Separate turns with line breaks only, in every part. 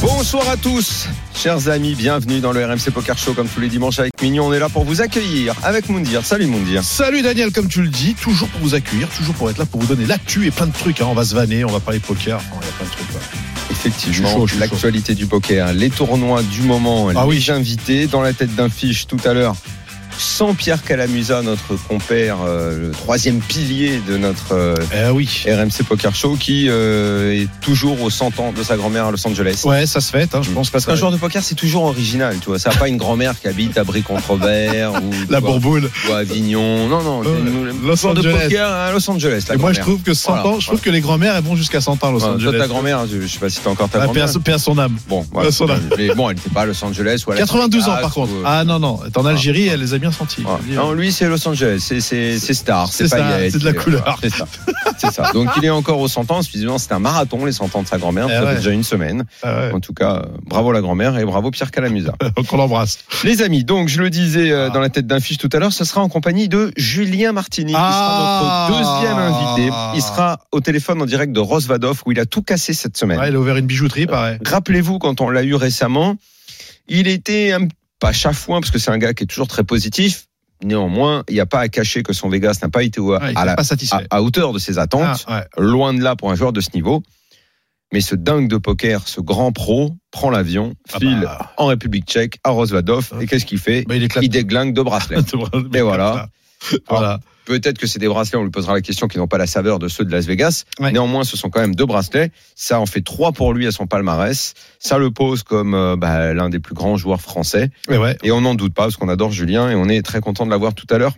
Bonsoir à tous, chers amis, bienvenue dans le RMC Poker Show comme tous les dimanches avec Mignon. On est là pour vous accueillir avec Moundir. Salut Moundir.
Salut Daniel, comme tu le dis, toujours pour vous accueillir, toujours pour être là, pour vous donner l'actu et plein de trucs. hein. On va se vanner, on va parler poker, enfin, il y a plein de trucs. voilà. Je suis
Effectivement,
chaud, je suis
l'actualité du poker, hein. les tournois du moment,
Ah
les
oui.
invités dans la tête d'un fiche tout à l'heure. Sans Pierre Calamusa, notre compère, euh, le troisième pilier de notre euh,
Eh oui.
RMC Poker Show, qui euh, est toujours au 100 ans de sa grand-mère à Los Angeles.
Ouais, ça se fait, hein, je pense.
Parce qu'un
que-
joueur de poker, c'est toujours original, tu vois. Ça n'a pas une grand-mère qui habite à Brie-Contrebert ou, ou
La
à-
bourboule.
ou à Avignon. Non, non,
Ouais,
nous,
Los
joueur de
Angeles.
poker à Los Angeles. la
Et moi, je
grand-mère.
trouve que 100
Voilà,
ans, je trouve que les grands-mères, elles vont jusqu'à 100 ans à Los
Voilà, toi,
Angeles.
ta grand-mère, je je sais pas si t'as encore ta
Ah,
grand-mère.
paix à- paix à son âme.
Bon, voilà.
Paix à son âme.
Mais bon, elle n'était pas à Los Angeles ou à la
92 ans,
Texas
par contre.
ou, euh,
Ah non, non, est en Algérie, elle les a bien sentis.
voilà. Non, lui, c'est Los Angeles, c'est- c'est c'est star, c'est
C'est ça,
paillettes,
c'est de la
et, voilà,
couleur.
c'est ça. C'est ça. Donc il est encore aux 100 ans, visiblement c'était un marathon, les 100 ans de sa grand-mère,
Eh
ça fait
ouais.
déjà une semaine.
Ah ouais,
En tout cas, euh, bravo la grand-mère et bravo Pierre Calamusa.
Donc on l'embrasse.
Les amis, donc je le disais euh,
Ah.
dans la tête d'un fiche tout à l'heure, ce sera en compagnie de Julien Martini,
Ah.
qui sera notre deuxième invité. Il sera au téléphone en direct de Rosvadov, où il a tout cassé cette semaine.
Ouais, Ah, il a ouvert une bijouterie, pareil.
Rappelez-vous, quand on l'a eu récemment, il était un- pas chafouin, parce que c'est un gars qui est toujours très positif. Néanmoins, il n'y a pas à cacher que son Vegas n'a pas été au-
Ouais, Ah, il
Ah, à,
n'est
la-
pas
à-
satisfait.
à hauteur de ses attentes.
Ah, ouais.
Loin de là pour un joueur de ce niveau. Mais ce dingue de poker, ce grand pro, prend l'avion,
Ah
file
bah.
en République tchèque, à Rosvadov, et qu'est-ce qu'il fait
Bah, il éclate.
Il déglingue deux bracelets. Et voilà. Ah.
Voilà.
Peut-être que c'est des bracelets, on lui posera la question, qui n'ont pas la saveur de ceux de Las Vegas.
Ouais.
Néanmoins, ce sont quand même deux bracelets. Ça en fait trois pour lui à son palmarès. Ça le pose comme euh, bah, l'un des plus grands joueurs français.
Mais ouais.
Et on n'en doute pas, parce qu'on adore Julien et on est très content de l'avoir tout à l'heure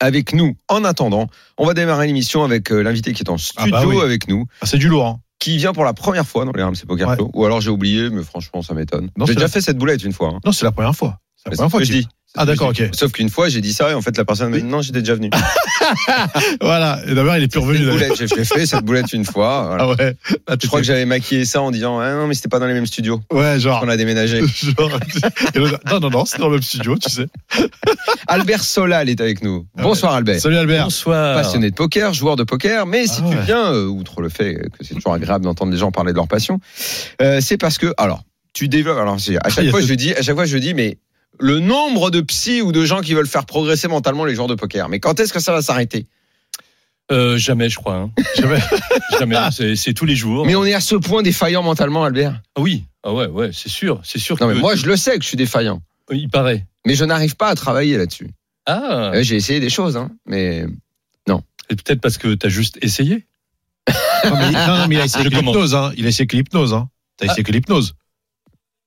avec nous. En attendant, on va démarrer l'émission avec euh, l'invité qui est en
Ah
studio
bah oui.
avec nous,
Ah, c'est du lourd. hein.
qui vient pour la première fois dans les RMC Poker
Ouais.
Show. Ou alors j'ai oublié, mais franchement, ça m'étonne.
Non,
J'ai
c'est
déjà
la-
fait cette boulette une fois. hein.
Non, c'est la première fois. C'est
Mais
la première fois
c'est
que
ce
tu-
dis. C'est ce
Ah,
que je
d'accord,
dis.
ok.
Sauf qu'une fois, j'ai dit ça et en fait, la personne m'a dit non, j'étais déjà venu.
Voilà. Et d'abord, il est plus revenu.
Cette
là.
boulette, j'ai j'ai fait cette boulette une fois. voilà.
Ah ouais. Là,
Je crois que j'avais maquillé ça en disant ah non mais c'était pas dans les mêmes studios
Ouais, genre.
on a déménagé.
genre- Et l'autre, non, non, non, c'est dans le même studio, tu sais.
Albert Solal est avec nous.
Ah
Bonsoir Albert.
Salut Albert.
Bonsoir.
Passionné de poker, joueur de poker, mais si
Ah
tu
ouais.
viens, euh, outre le fait que c'est toujours agréable d'entendre les gens parler de leur passion, euh, c'est parce que alors tu développes. Alors c'est- à
Il
chaque
y a
fois
ce-
je dis, à chaque fois je dis mais le nombre de psys ou de gens qui veulent faire progresser mentalement les joueurs de poker. Mais quand est-ce que ça va s'arrêter
Euh, jamais, je crois. hein.
Jamais.
Jamais. hein. C'est- C'est tous les
Oh.
jours.
Mais on est à ce point défaillant mentalement, Albert.
Ah oui. Ah ouais, ouais, c'est sûr, c'est sûr.
Non mais
Euh,
que-
moi je le sais que je suis défaillant,
il paraît.
mais je n'arrive pas à travailler là-dessus.
Ah.
Euh, J'ai essayé des choses, hein, mais
C'est peut-être parce que t'as juste essayé.
Non, mais, non, non, mais il a essayé
Je
que
commence.
l'hypnose. Hein. Il a essayé que l'hypnose. Hein. T'as essayé que l'hypnose.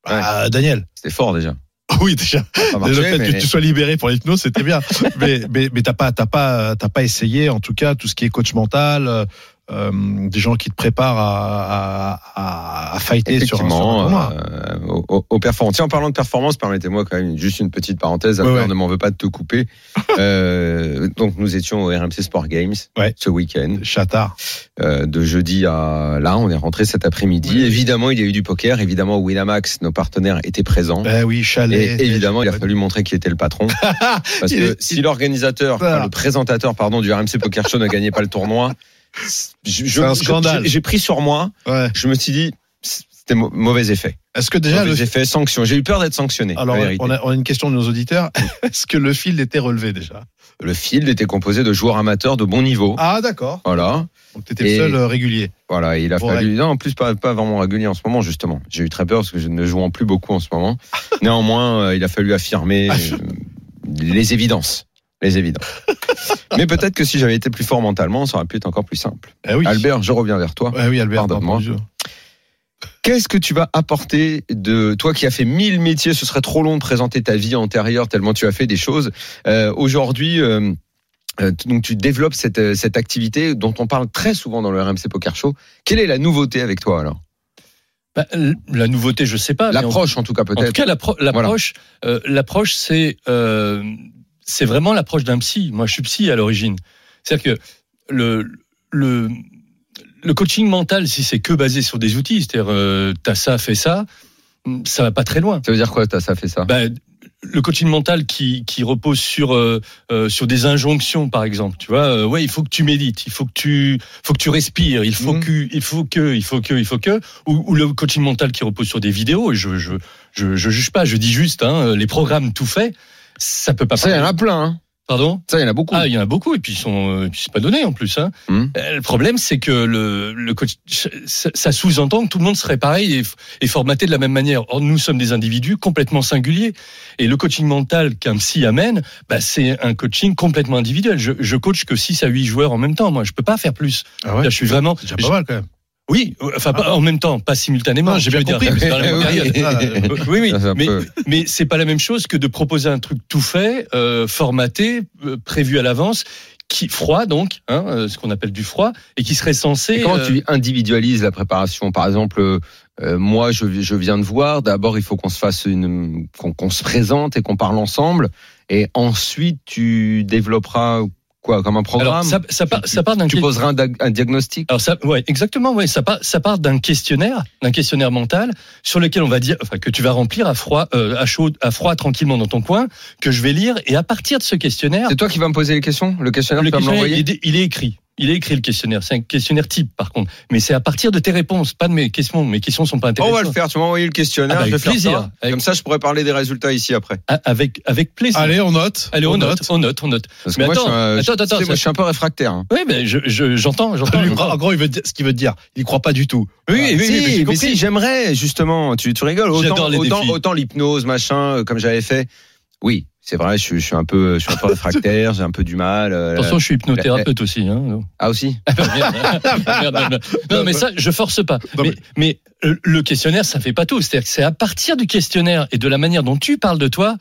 Ah, Daniel.
c'était fort déjà.
Oui, déjà.
Ça a marché,
Déjà, le fait
mais-
que tu sois libéré pour l'hypnose, c'était bien. mais mais, mais t'as pas, t'as pas, t'as pas essayé, en tout cas, tout ce qui est coach mental, euh, euh, des gens qui te préparent à, à, à, à fighter sur un, sur
Effectivement,
un tournoi.
euh, au, au- au performance. Tiens, en parlant de performance, permettez-moi quand même juste une petite parenthèse.
Ouais,
Albert,
ouais.
ne m'en veut pas de te couper. Euh, donc, nous étions au RMC Sport Games
Ouais.
ce week-end,
Chatard.
euh, de jeudi à là. On est rentré cet après-midi.
Oui, oui.
Évidemment, il y a eu du poker. Évidemment, Winamax, nos partenaires, étaient présents.
Ben oui,
Et
chalet.
évidemment, il a fallu montrer qui était le patron. Parce
Il
que
est- Bah.
si l'organisateur,
Voilà.
enfin, le présentateur, pardon, du RMC Poker Show ne gagnait pas le tournoi, je- je-
C'est un
je-
scandale.
J'ai pris sur moi.
Ouais.
Je me suis dit, c'était mau- mauvais effet.
Est-ce que déjà,
Non, mais
le,
j'ai fait sanction. J'ai eu peur d'être sanctionné.
alors,
la vérité.
on a, on a une question de nos auditeurs. Est-ce que le field était relevé déjà?
Le field était composé de joueurs amateurs de bon niveau.
Ah, d'accord.
Voilà.
Donc, t'étais
Et-
le seul euh, régulier.
Voilà. Et il a
Ouais.
fallu. Non, en plus, pas, pas vraiment régulier en ce moment, justement. J'ai eu très peur parce que je ne jouant plus beaucoup en ce moment. Néanmoins, euh, il a fallu affirmer
Ah.
euh, les évidences. Les évidences. Mais peut-être que si j'avais été plus fort mentalement, ça aurait pu être encore plus simple.
Eh oui.
Albert, je reviens vers toi.
Eh oui, Albert.
Pardonne-moi.
bien entendu.
Qu'est-ce que tu vas apporter de toi qui as fait mille métiers Ce serait trop long de présenter ta vie antérieure tellement tu as fait des choses. Euh, Aujourd'hui, euh, euh, t- donc tu développes cette, euh, cette activité dont on parle très souvent dans le RMC Poker Show. Quelle est la nouveauté avec toi alors
Bah, l- la nouveauté, je sais pas. Ah, mais en-
L'approche en tout cas
En tout
peut-être.
cas, l'appro- l'approche, euh, l'approche, c'est euh, c'est vraiment l'approche d'un psy. Moi, je suis psy à l'origine. C'est-à-dire que le le le coaching mental, si c'est que basé sur des outils, c'est-à-dire euh, t'as ça, fais ça, ça va pas très loin.
Ça veut dire quoi, t'as- ça fait ça
Bah, le coaching mental qui, qui repose sur euh, euh, sur des injonctions par exemple tu vois euh, ouais il faut que tu médites il faut que tu faut que tu respires il faut
Mhm.
que il faut que il faut que il faut que ou, ou le coaching mental qui repose sur des vidéos et je je je, je juge pas je dis juste hein, les programmes tout faits ça peut pas
Ça, il y en
parler.
a plein. hein.
pardon
Ça, il y en a beaucoup.
bah, ah, il y en a beaucoup et puis ils sont, euh, et puis c'est pas donné en plus. Hein.
Hmm.
Mhm.
Euh, Le problème, c'est que le, le coach, ça ça sous-entend que tout le monde serait pareil et, f- et formaté de la même manière. Or, nous sommes des individus complètement singuliers et le coaching mental qu'un psy amène, bah, c'est un coaching complètement individuel. Je, je coach que 6 à 8 joueurs en même temps. Moi, je peux pas faire plus.
Ah ouais
Là, je suis vraiment.
C'est déjà pas mal quand même.
Oui, euh, enfin pas en même temps, pas simultanément.
Non, j'ai
je
bien
veux dire,
compris, mais
dans la même
oui.
période.
Ah,
Euh, Oui, oui,
Ça, c'est un
mais,
peu-
mais c'est pas la même chose que de proposer un truc tout fait, euh, formaté, euh, prévu à l'avance, qui froid donc, hein, euh, ce qu'on appelle du froid, et qui serait
Et
censé.
comment
euh,
tu individualises la préparation Par exemple, euh, euh, moi, je, vi- je viens de voir. D'abord, il faut qu'on se fasse une, qu'on qu'on se présente et qu'on parle ensemble. Et ensuite, tu développeras quoi comme un programme
alors, ça, ça part,
tu-
ça part d'un.
Tu poseras un, dag- un diagnostic.
Alors ça, ouais, exactement, ouais, ça part, ça part d'un questionnaire, d'un questionnaire mental sur lequel on va dire, enfin, que tu vas remplir à froid, euh, à chaud, à froid tranquillement dans ton coin, que je vais lire, et à partir de ce questionnaire,
C'est toi qui vas me poser les questions. Le questionnaire,
Ah. Le
tu vas me
questionnaire,
l'envoyer.
il, est, il est écrit. Il est écrit le questionnaire. C'est un questionnaire type, par contre. Mais c'est à partir de tes réponses, pas de mes questions. Mes questions sont pas
Oh,
intéressantes.
on va le faire. Tu m'as envoyé le questionnaire.
Ah bah,
je vais
avec
faire
plaisir.
ça.
Avec-
Comme ça, je pourrais parler des résultats ici après.
A- Avec avec plaisir.
Allez, on note.
Allez, on, note, on note, on note.
Parce que
Mais
moi,
attends,
je suis un,
attends, attends,
tu sais, moi,
ça-
je suis un peu réfractaire. hein.
Oui, ben je- je- j'entends, j'entends.
Lui,
j'entends.
en gros, il veut dire, ce qu'il veut dire, il croit pas du tout.
Oui, oui, oui,
si,
oui, mais j'ai
mais
compris.
si, j'aimerais justement. Tu, tu rigoles. Autant,
J'adore les
autant,
défis.
autant l'hypnose, machin, euh, comme j'avais fait. Oui, c'est vrai. Je, suis- je suis un peu, je suis un peu réfractaire. J'ai un peu du mal. euh,
Attention, je suis hypnothérapeute aussi. Hein. Non.
ah aussi.
Ah, merde. Ah, merde, merde, merde. Non, mais ça, je force pas.
Non,
mais, mais euh, le questionnaire, ça fait pas tout. C'est-à-dire que c'est à partir du questionnaire et de la manière dont tu parles de toi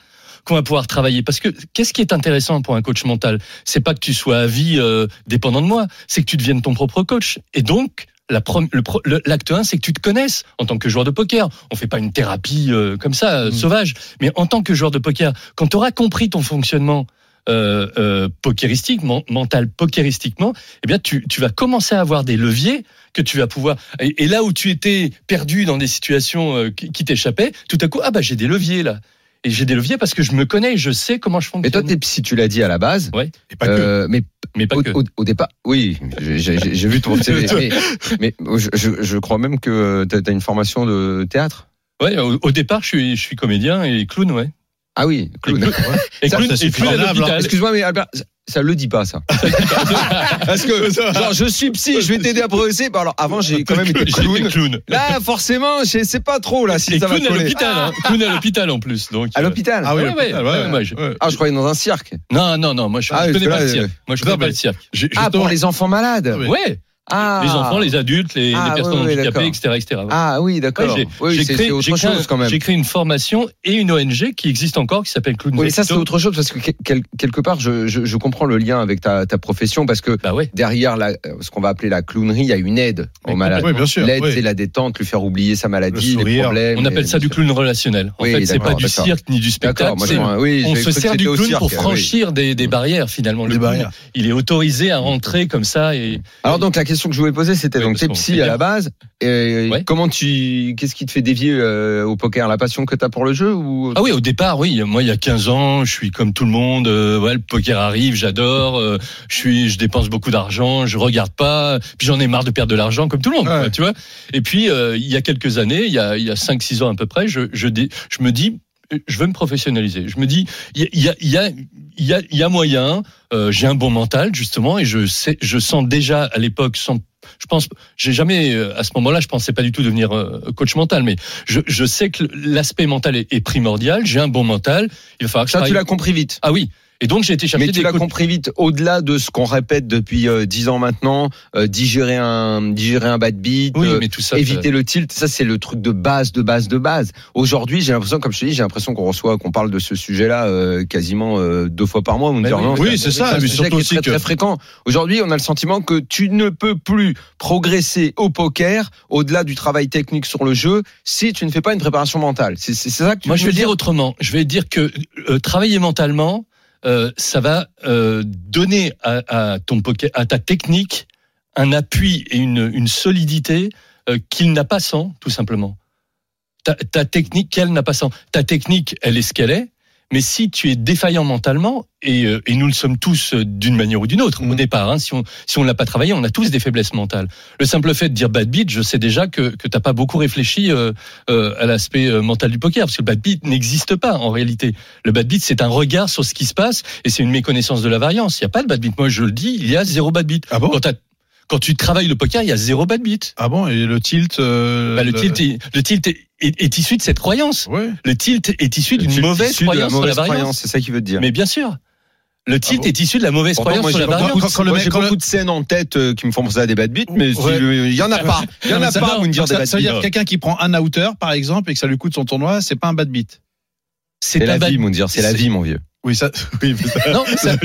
qu'on va pouvoir travailler. Parce que qu'est-ce qui est intéressant pour un coach mental C'est pas que tu sois à vie euh, dépendant de moi, c'est que tu deviennes ton propre coach. Et donc, la prom- le pro- le- l'acte 1, c'est que tu te connaisses en tant que joueur de poker. On fait pas une thérapie euh, comme ça,
Mm.
euh, sauvage, mais en tant que joueur de poker, quand tu auras compris ton fonctionnement euh, euh, pokeristique, men- mental pokeristiquement, eh bien, tu, tu vas commencer à avoir des leviers que tu vas pouvoir. Et, et là où tu étais perdu dans des situations euh, qui, qui t'échappaient, tout à coup, ah bah j'ai des leviers là. Et j'ai des leviers parce que je me connais, je sais comment je
Mais
fonctionne.
toi, t'es psy, tu l'as dit à la base.
Et pas que.
Euh, mais
mais pas
au,
que.
au- au départ, oui, j'ai- j'ai j'ai vu ton CV. mais mais je, je- je crois même que euh, t'as as une formation de théâtre.
Ouais, au, au départ, je suis, je suis comédien et clown, ouais.
Ah oui, clown.
Et Et
Ça,
clown,
ça, c'est
et clown à
formidable,
l'hôpital.
Excuse-moi, mais Albert, ça- ça le dit pas ça. Parce que genre, je suis psy, je vais t'aider à progresser. Bah, alors avant, j'ai quand même été
J'étais
clown.
clown.
Là, forcément, je sais pas trop là si
Et
ça va
clown à
coller.
l'hôpital, hein. Clown à l'hôpital en plus. Donc,
À
euh,
l'hôpital. Ah,
Ah oui,
ouais, ouais,
ouais,
ouais,
ouais,
moi, je-
ouais.
je croyais dans un cirque.
Non, non, non, moi je,
Ah,
je
oui,
connais
parce
pas
que
le
là,
cirque. Moi je
Non,
connais pas
mais-
le cirque.
Ju-
Ah,
justement,
pour les enfants malades.
oui.
Ouais,
Ah.
les enfants, les adultes, les, les
Ah, oui,
personnes
oui,
handicapées,
d'accord.
etc. etc. ouais.
Ah oui,
Ouais,
d'accord.
j'ai-
oui,
j'ai
c'est
créé-
c'est
j'ai
autre
créé un-
chose quand même.
J'ai créé une formation et une ONG qui existe encore, qui s'appelle Clowns
Oui, mais
Hecto.
ça c'est autre chose parce que quel- quel- quelque part, je, je, je comprends le lien avec ta, ta profession parce que
Bah ouais.
derrière la, ce qu'on va appeler la clownerie, il y a une aide
Mais
aux malades.
Oui, bien sûr.
L'aide,
oui.
c'est la détente, lui faire oublier sa maladie, les
Le sourire.
problèmes.
On appelle ça du clown relationnel. En
Oui,
fait, c'est
d'accord,
pas du
d'accord.
cirque ni du spectacle.
D'accord, moi, je
c'est-
vois un- oui,
on
j'ai
se
cru que
sert
c'était
du
au
clown
cirque,
pour
oui.
franchir des, des barrières finalement.
Des
le clown,
barrières.
il est autorisé à rentrer comme ça et
Alors donc la question que je voulais poser, c'était
Oui,
donc
parce
t'es
qu'on
psy
fait
à la
gaffe.
base. Et
Ouais.
Comment tu, qu'est-ce qui te fait dévier euh, au poker La passion que t'as pour le jeu ou
Ah oui, au départ, oui. Moi, il y a 15 ans, je suis comme tout le monde. euh, ouais, le poker arrive, j'adore. euh, je suis, je dépense beaucoup d'argent, je regarde pas. Puis j'en ai marre de perdre de l'argent, comme tout le monde,
Ouais.
quoi, tu vois. Et puis euh, il y a quelques années, il y a, il y a 5 6 ans à peu près, je, je, dé- je me dis, euh, je veux me professionnaliser. Je me dis, il y a, il y a, il y a, il y a, il y a moyen. euh, j'ai un bon mental justement, et je sais, je sens déjà à l'époque sans je pense, j'ai jamais, euh, à ce moment-là, je pensais pas du tout devenir euh, coach mental, mais je, je sais que l'aspect mental est, est primordial. J'ai un bon mental. Il va falloir que
Ça
je
tu l'as
travaille-
compris vite.
Ah oui. Et donc, j'ai été chercher
Mais tu
des
l'as
coachs-
compris vite, au-delà de ce qu'on répète depuis euh, 10 ans maintenant, euh, digérer un digérer un bad beat,
Oui,
euh,
mais tout ça.
éviter le tilt, ça c'est le truc de base, de base, de base. Aujourd'hui, j'ai l'impression, comme je te dis, j'ai l'impression qu'on reçoit, qu'on parle de ce sujet-là euh, quasiment euh, deux fois par mois. On nous
Mais
dit,
oui,
non,
oui,
un
c'est
sujet
ça, mais
qui est
surtout
très,
aussi
très,
que-
très fréquent. Aujourd'hui, on a le sentiment que tu ne peux plus progresser au poker au-delà du travail technique sur le jeu si tu ne fais pas une préparation mentale. C'est c'est- c'est ça que tu
Moi, je
veux
vais le dire autrement. Je vais dire que euh, travailler mentalement, euh, ça va euh, donner à, à ton poker, à ta technique un appui et une, une solidité euh, qu'il n'a pas sans, tout simplement. Ta, ta technique, qu'elle n'a pas sans. Ta technique, elle est ce qu'elle est. Mais si tu es défaillant mentalement, et, euh, et nous le sommes tous euh, d'une manière ou d'une autre au départ, hein, si on si on l'a pas travaillé, on a tous des faiblesses mentales. Le simple fait de dire bad beat, je sais déjà que que t'as pas beaucoup réfléchi euh, euh, à l'aspect euh, mental du poker, parce que le bad beat n'existe pas en réalité. Le bad beat, c'est un regard sur ce qui se passe et c'est une méconnaissance de la variance. Il y a pas de bad beat. Moi, je le dis, il y a zéro bad beat.
Ah bon
quand, t'as- quand tu travailles le poker, il y a zéro bad beat.
Ah bon, et le tilt. euh,
Bah, le, tilt, est- le tilt est, est- est issu de cette croyance.
Ouais.
Le tilt est issu d'une
Tu-
mauvaise
issu de la
croyance sur la
mauvaise
variance.
croyance, C'est ça qu'il veut te dire.
Mais bien sûr. Le tilt
bon
est issu de la mauvaise
Pourtant,
croyance
moi,
sur
j'ai
la
pas
variance.
beaucoup de-
Quand le
moi,
mec-
j'ai
quand
beaucoup de scènes en tête euh, qui me font penser à des bad beats, mais si
Ouais.
le- il y en a pas. Il y en a
Ça
pas
va,
pour me dire
Donc,
des
ça,
bad
ça veut dire hein.
beats.
quelqu'un qui prend un outer, par exemple, et que ça lui coûte son tournoi, c'est pas un bad beat.
C'est
C'est
un
la
bad-
vie, mon dire. C'est la
c'est-
vie, mon vieux.
Oui, ça. Oui, mais ça-
Non, mais ça-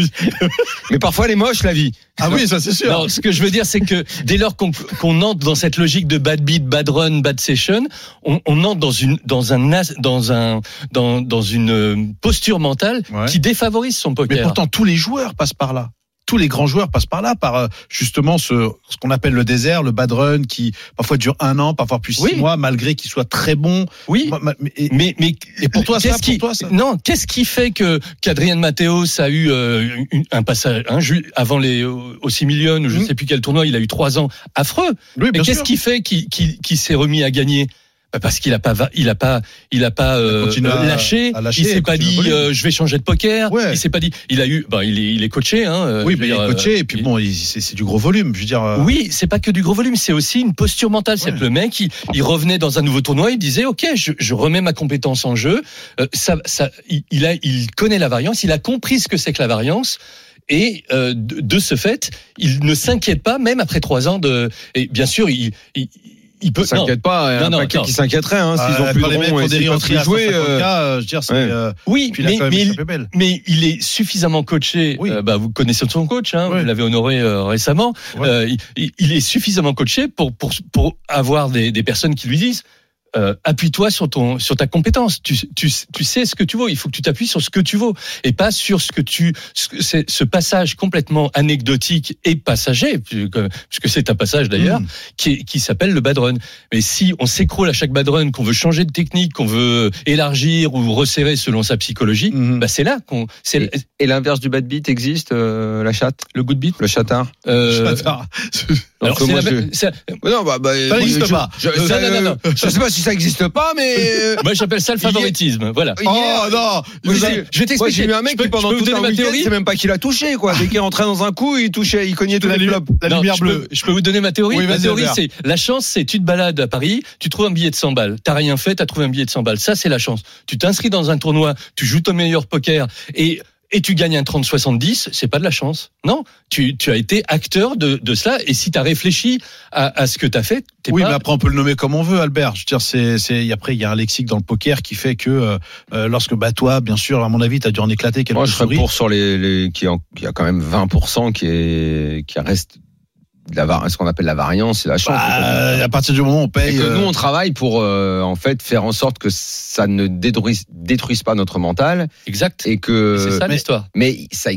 Mais parfois, elle est moche, la vie.
ah oui, ça c'est sûr.
non, ce que je veux dire, c'est que dès lors qu'on qu'on entre dans cette logique de bad beat, bad run, bad session, on, on entre dans une dans un as- dans un dans dans une euh, posture mentale
Ouais.
qui défavorise son poker.
Mais pourtant, tous les joueurs passent par là. Tous les grands joueurs passent par là, par euh, justement ce, ce qu'on appelle le désert, le bad run, qui parfois dure un an, parfois plus six
Oui.
mois, malgré qu'il soit très bon.
oui.
Ma- ma- mais- et-
Mais mais
Et pour toi, ça,
qu'est-ce
pour
qui-
toi, ça
Non, qu'est-ce qui fait que qu'Adrien Mateos a eu euh, une- un passage un ju- avant les euh, aux 6 millions ou je
Mm.
sais plus quel tournoi, il a eu trois ans affreux.
Oui,
Mais
bien
qu'est-ce
sûr.
qui fait qu'il qu'il- qu'il s'est remis à gagner Bah, parce qu'il a pas va- il a pas il a pas euh,
continue à-
lâché,
à lâcher,
il
il
s'est pas
continue à
dit
voler.
euh, je vais changer de poker
Ouais.
il s'est pas dit il a eu bah il est il est coaché hein euh,
Oui,
je veux
mais il
dire,
est
euh,
coaché, et puis
il-
bon, il- c'est c'est du gros volume. Je veux dire, euh,
oui, c'est pas que du gros volume, c'est aussi une posture mentale. C'est
Ouais.
que le mec, il, il revenait dans un nouveau tournoi, il disait, ok, je, je remets ma compétence en jeu. Euh, ça, ça, il, il a, il connaît la variance, il a compris ce que c'est que la variance. Et euh, de, de ce fait, il ne s'inquiète pas, même après trois ans de. Et bien sûr, il, il, il peut.
Ils s'inquiètent pas.
Non,
Un
non,
paquet
non.
qui s'inquiéterait, hein,
euh,
s'ils ont plus
quand
de
les mecs
rond
ont
et
des
s'ils peuvent
rentrer
plus
à
jouer.
150K,
euh,
euh, je veux dire, c'est.
ouais.
euh,
Oui,
puis il a
mais,
quand même
mais,
échappé belle.
mais il est suffisamment coaché.
Oui.
euh, bah, vous connaissez son coach, hein,
Ouais.
vous l'avez honoré euh, récemment.
Ouais.
Euh, il- il, il est suffisamment coaché pour pour pour avoir des, des personnes qui lui disent. euh, appuie-toi sur ton sur ta compétence. Tu, tu tu sais ce que tu vaux. Il faut que tu t'appuies sur ce que tu vaux et pas sur ce que tu ce, que- c'est- ce passage complètement anecdotique et passager puisque puisque c'est un passage d'ailleurs
Mm.
qui est- qui s'appelle le bad run. Mais si on s'écroule à chaque bad run, qu'on veut changer de technique, qu'on veut élargir ou resserrer selon sa psychologie,
Mhm.
bah c'est là qu'on c'est le-
Et l'inverse du bad beat existe, euh, la chatte,
le good beat.
le chatard.
Euh,
Attends.
alors,
Parce que
c'est
moi,
la même- c'est-
Ouais, Non, bah, bah,
Ça n'existe
je-
pas.
Je,
Euh,
ça,
non, non,
euh,
non, non.
je sais pas si ça existe pas, mais. euh,
moi j'appelle ça le
Il y a-
favoritisme. Voilà.
hier-
Oh non
Moi,
Je
j'ai-
vais- je vais
moi,
t'expliquer.
j'ai eu un mec
Je peux-
qui
je
pendant
peux vous
tout
donner
un
ma
week-end,
théorie
c'est même pas qu'il a touché, quoi. Dès qu'il rentrait dans un coup, il touchait, il cognait tous
La
les
lumière-
flops.
la
Non,
lumière
je, peux,
bleue.
je peux vous donner ma théorie.
Oui,
ma
vas-y,
théorie,
Albert.
c'est la chance, c'est tu te balades à Paris, tu trouves un billet de 100 balles. T'as rien fait, t'as trouvé un billet de 100 balles. Ça, c'est la chance. Tu t'inscris dans un tournoi, tu joues ton meilleur poker et et tu gagnes un 30-70, c'est pas de la chance. Non, tu, tu as été acteur de, de cela, et si tu as réfléchi à, à ce que tu as fait, t'es
Oui,
pas...
mais après on peut le nommer comme on veut, Albert. Je veux dire, c'est, c'est, et après il y a un lexique dans le poker qui fait que euh, euh, lorsque bah toi, bien sûr, à mon avis, t'as dû en éclater quelques
Moi, je serais
souris.
pour sur les, les qui, en- qui a quand même 20% qui est qui reste de la var- ce qu'on appelle la variance et la chance.
Bah, à partir du moment où on
et
paye,
que
euh,
nous, on travaille pour euh, en fait faire en sorte que ça ne détruise, détruise pas notre mental
Exact.
et que.
c'est ça
mais-
l'histoire.
euh, Mais ça.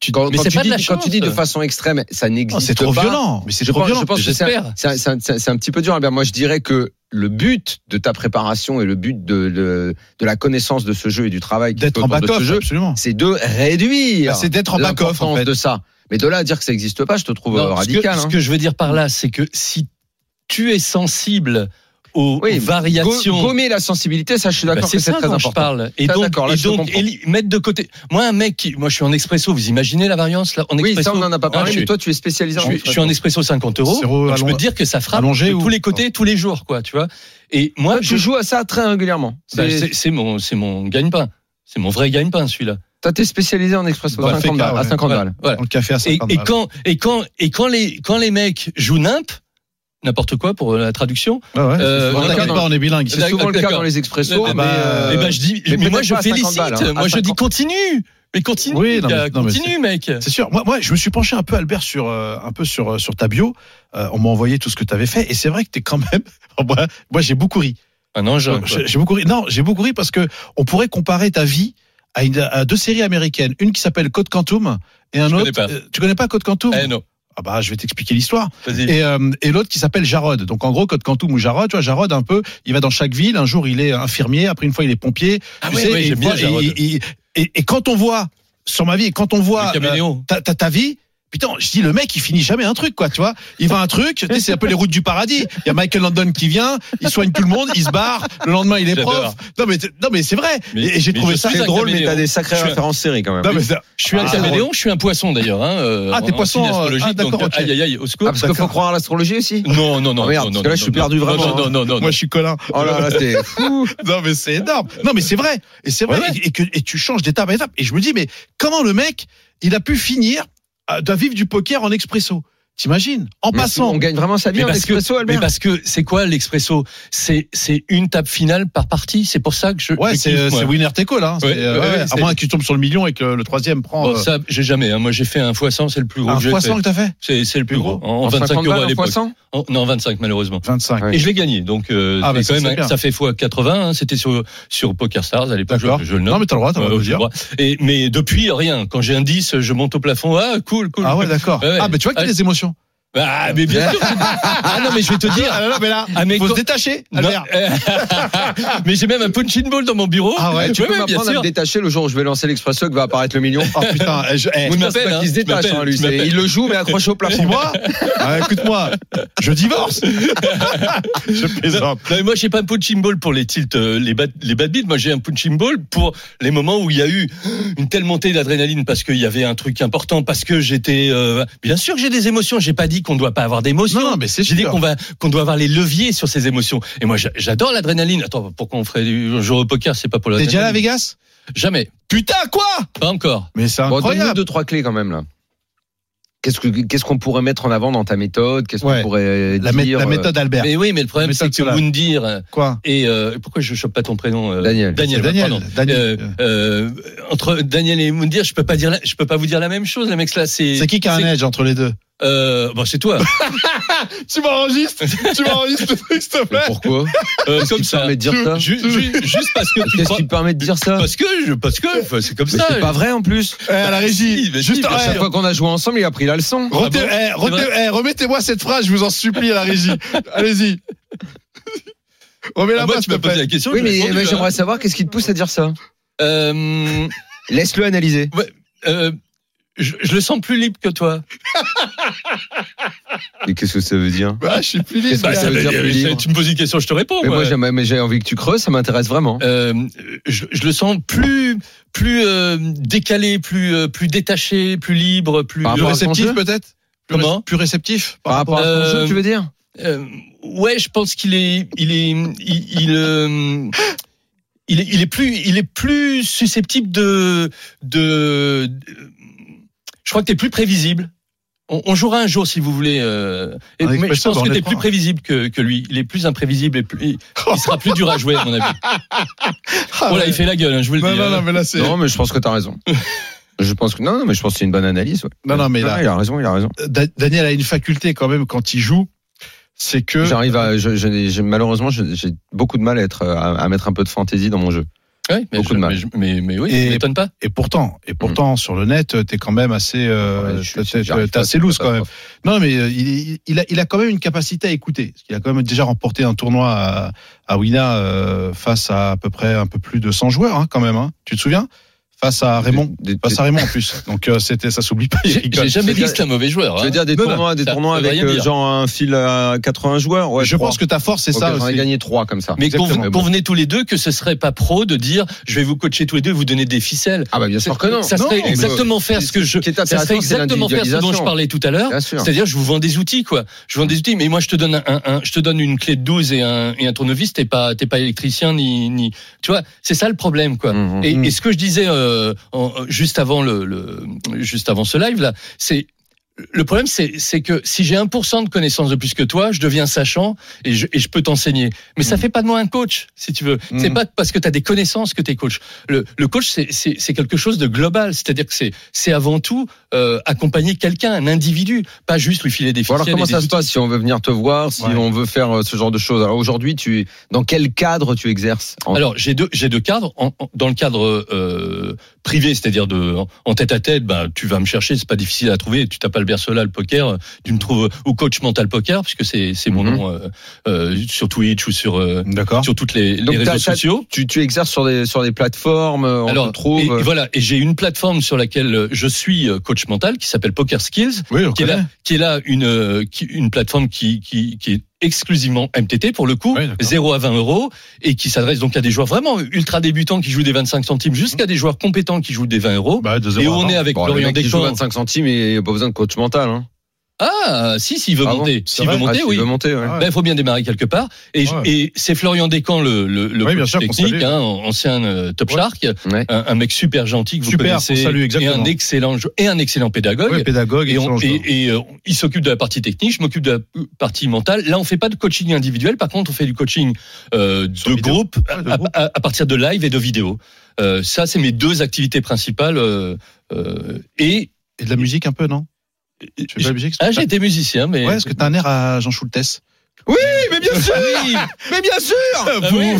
Tu, quand,
Mais
quand
c'est
tu
pas de
dis,
la
quand tu dis de
chance. Oh,
façon extrême, ça
non,
n'existe
c'est trop
pas.
violent. Mais c'est
Je
trop
pense,
violent.
je pense que c'est
J'espère.
un, c'est un- c'est un- c'est un- c'est un petit peu dur, Albert. Moi, je dirais que le but de ta préparation et le but de, de, de la connaissance de ce jeu et du travail qui
d'être
fait
en
autour de
back-off,
ce jeu,
absolument.
c'est de réduire
Ah,
Bah, c'est d'être en back-off en
l'importance
fait.
de ça. Mais de là à dire que ça n'existe pas, je te trouve euh,
Non, ce que-
radical.
Ce que,
hein.
je veux dire par là, c'est que si tu es sensible aux,
Oui,
aux variations.
Go- Gommer la sensibilité, ça, je suis
bah,
d'accord
c'est
que c'est
ça
très
dont je
important.
parle. Et
Ça,
donc,
d'accord, là,
et
je te
donc,
comprends.
éli- mettre de côté. Moi, un mec qui, moi, je suis en expresso. Vous imaginez la variance là en
Oui,
expresso
ça, on n'en a pas
hein,
parlé,
je
mais
suis-
toi, tu es spécialisé
je,
en
suis- je suis en expresso 50 euros.
Zéro
donc Bah, je peux
allongé-
te dire que ça frappe
allongé
de
ou-
tous les côtés, tous les jours, quoi. Tu vois. Et moi,
Je
je,
joue à ça très régulièrement.
bah,
C'est-
c'est c'est mon, c'est mon gagne-pain. C'est mon vrai gagne-pain, celui-là.
Toi, t'es spécialisé en express
Bah,
Dans le
à 50
FK,
balles. à
ouais.
50
Voilà,
balles.
voilà.
Dans le café à
Et,
50
et
balles.
quand et quand et quand les quand les mecs jouent nimp, n'importe quoi pour la traduction.
Ouais, ouais.
euh,
On
voilà,
t'inquiète
non.
pas, on est bilingue.
C'est souvent le cas
bah, D'accord.
dans les expressos.
Eh
mais,
ben,
euh,
Eh ben je dis,
mais
mais, moi
peut-être
je
pas à 50
félicite.
balles, hein, à
moi je dis
50.
continue, mais continue,
Oui, non, mais-
gars,
non, mais
continue, mec.
C'est sûr. Moi, moi, je me suis penché un peu, Albert, sur euh, un peu sur euh, sur ta bio. Euh, on m'a envoyé tout ce que tu avais fait, et c'est vrai que t'es quand même. moi, moi, j'ai beaucoup ri.
Un ange.
J'ai- J'ai beaucoup ri. Non, j'ai beaucoup ri parce que on pourrait comparer ta vie à, une, à deux séries américaines, une qui s'appelle Code Quantum et un
Je
autre.
connais pas.
euh, tu connais pas Code Quantum
Eh non.
Ah bah, je vais t'expliquer l'histoire.
Vas-y.
Et, euh, et l'autre qui s'appelle Jarod. Donc en gros, Code Quantum ou Jarod, tu vois, Jarod un peu, il va dans chaque ville. Un jour, il est infirmier. Après, une fois, il est pompier.
Ah
Tu
oui,
sais,
oui,
et
j'aime
il
bien
voit-
Jarod.
et- et- et- et quand on voit, sur ma vie, quand on voit
Le caméléon.
euh, ta, ta- ta vie, putain, je dis le mec, il finit jamais un truc, quoi, tu vois. Il va à un truc, tu sais, c'est un peu les routes du paradis. Il y a Michael Landon qui vient, il soigne tout le monde, il se barre. Le lendemain, il est
J'adore.
prof. Non mais, t- non mais c'est vrai.
Mais-
et et j'ai
mais
trouvé
je
ça
suis
C'est
un
drôle, mais
caméléon.
t'as des sacrées
Je suis un- Bah,
références séries quand même.
Non, mais ça-
Je suis un
Ah,
caméléon, je suis un poisson d'ailleurs. Hein, euh,
Ah, t'es
en
poisson,
signe
euh,
astrologique,
ah, d'accord,
donc,
ok.
Aïe, aïe, aïe, au secours.
Ah, parce qu'il faut
D'accord.
croire à l'astrologie aussi
Non, non, non.
Ah, merde,
non,
parce
non,
que là,
non,
je suis
non,
perdu
non,
vraiment,
Non, non, non, non.
hein. Moi, je suis Colin.
Oh là là, c'était.
Non mais c'est énorme. Non mais c'est vrai. Et c'est vrai.
Ouais, ouais.
Et, que, et tu changes d'étape à étape. Et je me dis mais comment le mec il a pu finir à- de vivre du poker en expresso T'imagines En
Mais
passant.
On gagne vraiment sa vie
Mais
en
parce que-
expresso,
Mais
Albert.
parce que c'est quoi l'expresso C'est c'est une table finale par partie. C'est pour ça que je.
Ouais,
je
c'est
kiffe,
euh,
moi.
c'est winner take all. Hein.
Ouais,
C'est, euh,
ouais,
ouais,
ouais,
à
c'est-
moins que tu tombes sur le million et que le troisième prend.
Bon,
euh,
ça, j'ai jamais. hein. Moi, j'ai fait un x100, c'est le plus gros.
un
que j'ai
poisson
fait.
que t'as fait
C'est c'est le plus gros. En, 25
50
euros
balles,
à
en
l'époque.
poisson
En- Non, 25 malheureusement.
25.
Ouais.
Et je l'ai gagné, donc euh,
Ah, bah,
c'est
ça,
quand
c'est
même,
bien.
ça fait x 80. hein. C'était sur sur Poker Stars à l'époque.
D'accord.
Je, je le nomme.
Non mais t'as le droit, t'as le
Euh,
droit de
j'ai
dire.
le droit. Et mais depuis rien. Quand j'ai un 10, je monte au plafond. Ah cool, cool.
Ah ouais, d'accord.
Ouais, ouais.
Ah, mais tu vois que t'as
Ouais.
des émotions.
Ah mais bien sûr. ah non mais je vais te
Ah
dire.
là là, mais là,
Ah, mais
faut se
quand-
détacher,
Non,
Albert.
mais j'ai même un punching ball dans mon bureau.
Ah ouais,
Tu
Ouais,
peux
ouais, bien
m'apprendre à me
sûr.
détacher le jour où je vais lancer l'expresso et que va apparaître le million.
Oh putain, eh, je- eh,
Vous ne pensez
m'appelles,
pas
hein,
qu'il se
tu
détache, hein,
m'appelles,
lui.
tu
c'est-
m'appelles.
Il le joue, mais accroché au plafond.
pour moi Ah, Écoute-moi, je divorce. je plaisante.
Non, mais moi, j'ai pas un punching ball pour les tilts, euh, les bad, les bad beats. Moi, j'ai un punching ball pour les moments où il y a eu une telle montée d'adrénaline parce qu'il y avait un truc important, parce que j'étais, euh, bien sûr que j'ai des émotions. J'ai pas dit qu'on doit pas avoir d'émotions.
Non, non, mais c'est
J'ai dit
sûr.
qu'on va, qu'on doit avoir les leviers sur ces émotions. Et moi, j'a- j'adore l'adrénaline. Attends, pourquoi on ferait du jour au poker? C'est pas pour la
T'es déjà allé à Vegas
Jamais.
Putain, quoi
Pas encore.
Mais c'est
Bon, donne-nous
incroyable.
deux, trois clés quand même, là. Qu'est-ce que- qu'est-ce qu'on pourrait mettre en avant dans ta méthode Qu'est-ce qu'on
Ouais.
pourrait
la, mé-
dire euh,
la méthode Albert.
Mais oui, mais le problème,
euh, Mais ça,
c'est que
tu l'as.
Woundir, euh,
Quoi
et euh, pourquoi je chope pas ton prénom euh,
Daniel.
Daniel,
C'est Daniel,
pardon.
Daniel.
Euh, euh, entre Daniel et Moundir, je peux pas dire, la- je peux pas vous dire la même chose, les mecs là. C'est
C'est qui qui a un
c'est-
edge entre les deux
euh, Bon, c'est toi.
Tu m'enregistres Tu m'enregistres le truc, s'il te
Mais Pourquoi
Euh,
Qu'est-ce
comme
qui te
ça.
permet de dire ça
Ju- ju- juste parce que tu
Qu'est-ce
crois.
qui te permet de dire ça
Parce que, je, parce que, enfin, c'est comme
Mais
ça.
c'est pas vrai en plus.
Eh, À la régie.
Si, mais si,
Juste
mais
eh,
À chaque fois qu'on a joué ensemble, il a pris la leçon.
Ah
retenez-
bon
eh, retenez- eh, Remettez-moi cette phrase, je vous en supplie, à la régie. Allez-y.
Ah,
Remets-la
moi,
moi,
tu m'as posé la question.
Oui,
je
mais
l'ai répondu,
mais
hein.
j'aimerais savoir qu'est-ce qui te pousse à dire ça.
Euh,
Laisse-le analyser.
euh, je, je le sens plus libre que toi.
Mais qu'est-ce que ça veut dire
Bah, je suis plus libre.
Bah, ça
gars.
veut dire plus libre.
tu me poses une question, je te réponds.
Mais
moi.
moi, j'aimerais- mais j'ai envie que tu creuses, ça m'intéresse vraiment.
Euh, je, je le sens plus, plus euh, décalé, plus, euh, plus détaché, plus libre, plus.
Par
Plus
rapport à ton jeu
réceptif, peut-être Plus
Comment
réc- Plus réceptif
Par rapport à ton
euh,
jeu, tu veux dire
Euh, ouais, je pense qu'il est, il est, il, il, euh, il est, il est plus, il est plus susceptible de, de. de- Je crois que t'es plus prévisible. On, on jouera un jour si vous voulez. euh, et-
Avec
mais je
Pascal,
pense
on
que
est
t'es
pas.
plus prévisible que, que lui. Il est plus imprévisible et plus, il sera plus dur à jouer à mon avis.
Ah,
Voilà,
ouais.
il fait la gueule. hein, je vous le
Non,
dis.
non,
hein.
non, mais là, c'est.
Non, mais je pense que t'as raison. Je pense que non, non, mais je pense que c'est une bonne analyse. ouais.
Non, non, mais là-
il a raison, il a raison.
Da- Daniel a une faculté quand même quand il joue, c'est que.
J'arrive à, je, je n'ai- j'ai- malheureusement, je- j'ai beaucoup de mal à être, à, à mettre un peu de fantaisie dans mon jeu.
Ouais, mais,
Beaucoup
je-
de mal.
mais je- mais, mais oui,
Et-
ça m'étonne pas.
Et pourtant, et pourtant, sur le net, t'es quand même assez, euh,
Ouais, je suis-
t'es-
j'arrive
t'es
pas,
assez
c'est
loose quand même.
catastrophe.
Non, mais euh, il, il a, il a quand même une capacité à écouter. Parce qu'il a quand même déjà remporté un tournoi à, à Wina euh, face à à peu près un peu plus de 100 joueurs, hein, quand même. Hein. Tu te souviens Face à Raymond.
Des- des-
Face à Raymond en plus. Donc euh, c'était, ça s'oublie pas. il
J'ai
rigole.
j'ai jamais dit
dire-
que c'était un mauvais joueur.
Tu veux
hein.
dire des
Non, non,
tournois, des
ça-
tournois
ça veut
avec
rien
euh,
dire.
genre un fil à 80 joueurs. Ouais,
Je pense que ta force, c'est ça.
J'en ai
aussi.
gagné trois comme ça.
Mais qu'on
Exactement.
vous convenez tous les deux que ce serait pas pro de dire je vais vous coacher tous les deux, vous donner des ficelles.
Ah bah bien sûr
C'est-
que non.
Ça
Non,
serait
mais-
exactement faire ce que je.
Ce qui est
Ça serait
intéressant, c'est
exactement faire ce dont je
l'individualisation.
parlais tout à l'heure.
Bien sûr.
C'est-à-dire, je vous vends des outils, quoi. Je vends des outils, mais moi, je te donne un, un- un- je te donne une clé de 12 et un, et un tournevis. T'es pas, t'es pas électricien ni, ni, tu vois. C'est ça le problème, quoi.
Mhm.
Et, et ce que je disais euh, en- juste avant le, le- juste avant ce live là, c'est le problème, c'est c'est que si j'ai 1% de connaissances de plus que toi, je deviens sachant et je, et je peux t'enseigner.
Mhm.
Mais ça fait pas de moi un coach, si tu veux. C'est
Mm.
pas parce que tu as des connaissances que tu es coach. Le, le coach, c'est- c'est c'est quelque chose de global. C'est-à-dire que c'est c'est avant tout euh, accompagner quelqu'un, un individu, pas juste lui filer des
Bon,
ficelles.
alors comment
et des
ça se
outils.
passe si on veut venir te voir, si
Ouais.
on veut faire euh, ce genre de choses Alors aujourd'hui, tu dans quel cadre tu exerces En-
Alors j'ai deux j'ai deux cadres En- en- dans le cadre euh, privé, c'est-à-dire de en tête à tête, bah tu vas me chercher, c'est pas difficile à trouver, tu tapes Albert Bersola, le poker, euh, tu me trouves euh, ou coach mental poker, puisque c'est c'est mon
Mhm.
nom euh, euh, sur Twitch ou sur euh,
D'accord.
sur toutes les, les
Donc, t'as-
réseaux
t'as-
sociaux.
Tu, tu exerces sur des, sur des plateformes, euh, on te trouve.
et-
euh,
et voilà, et j'ai une plateforme sur laquelle euh, je suis euh, coach mental qui s'appelle Poker Skills,
Oui, on
qui est
connaît.
là, qui est là une euh, qui- une plateforme qui qui qui est exclusivement MTT pour le coup,
Oui, d'accord.
0 à 20 euros et qui s'adresse donc à des joueurs vraiment ultra débutants qui jouent des 25 centimes jusqu'à des joueurs compétents qui jouent des 20 euros.
Bah, de zéro
Et où
à
on
vingt.
est avec
bon, le
Lorient
mec qui joue
Deschamps.
25 centimes et il a pas besoin de coach mental. Hein.
Ah, si, s'il veut
Ah bon
monter.
C'est
s'il
vrai
veut monter,
ah,
oui.
Il veut monter, ouais.
Ah ouais.
Ben, il faut bien démarrer quelque part. Et, je-
Ouais.
et c'est Florian Descamps, le, le, le
Oui, bien
coach
sûr, qu'on
technique,
salue.
hein, ancien euh, top
Ouais.
shark,
Ouais.
un, un mec super gentil que vous
Super,
connaissez,
qu'on salue,
et
exactement.
un excellent jou- et un excellent pédagogue.
Ouais, pédagogue,
Et, on-
excellent joueur.
et- et, euh, il s'occupe de la partie technique, je m'occupe de la p- partie mentale. Là, on fait pas de coaching individuel, par contre, on fait du coaching euh,
Sur
de
vidéo.
groupe
Ouais, Ah, de
à,
groupe.
à- à partir de live et de vidéo. Euh, ça, c'est mes deux activités principales. euh, euh, et
Et de la musique un peu, non Tu fais de la musique
ah, j'ai été musicien, mais
Ouais, est-ce que t'as un air à Jean Schultes
Oui, mais bien sûr Mais bien sûr
Ah bah, oui.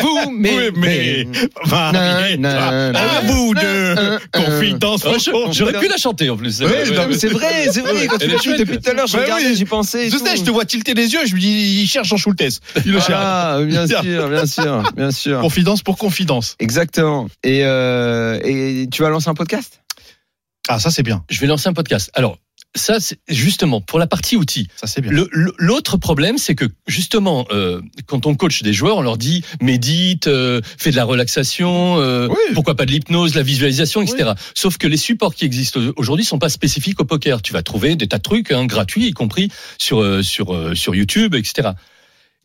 Vous, mais.
mais-
Nan, nan,
Bah, Ah,
bah,
À
nan.
bout
un, un.
de confidence.
Oh, je- J'aurais pu la chanter en plus.
Ouais,
Non, mais C'est vrai, c'est vrai. Quand tu
Elle
l'as
est
dit
chouette. Bah
depuis tout à l'heure, j'ai
Ouais,
regardé,
oui.
j'y pensais. et
Je
tout.
sais, je te vois tilter les yeux, je me dis, il cherche Jean Schultes. Il le cherche.
Ah, bien sûr, bien sûr, bien sûr.
Confidence pour confidence.
Exactement. Et, euh, et tu vas lancer un podcast
Ah, ça c'est bien.
Je vais lancer un podcast. Alors, ça, c'est justement, pour la partie outils,
Ça c'est bien.
le- le- l'autre problème, c'est que justement, euh, quand on coach des joueurs, on leur dit médite, euh, fais de la relaxation, euh,
Oui.
pourquoi pas de l'hypnose, la visualisation, etc. Sauf que les supports qui existent aujourd'hui sont pas spécifiques au poker. Tu vas trouver des tas de trucs hein, gratuits, y compris sur euh, sur euh, sur YouTube, etc.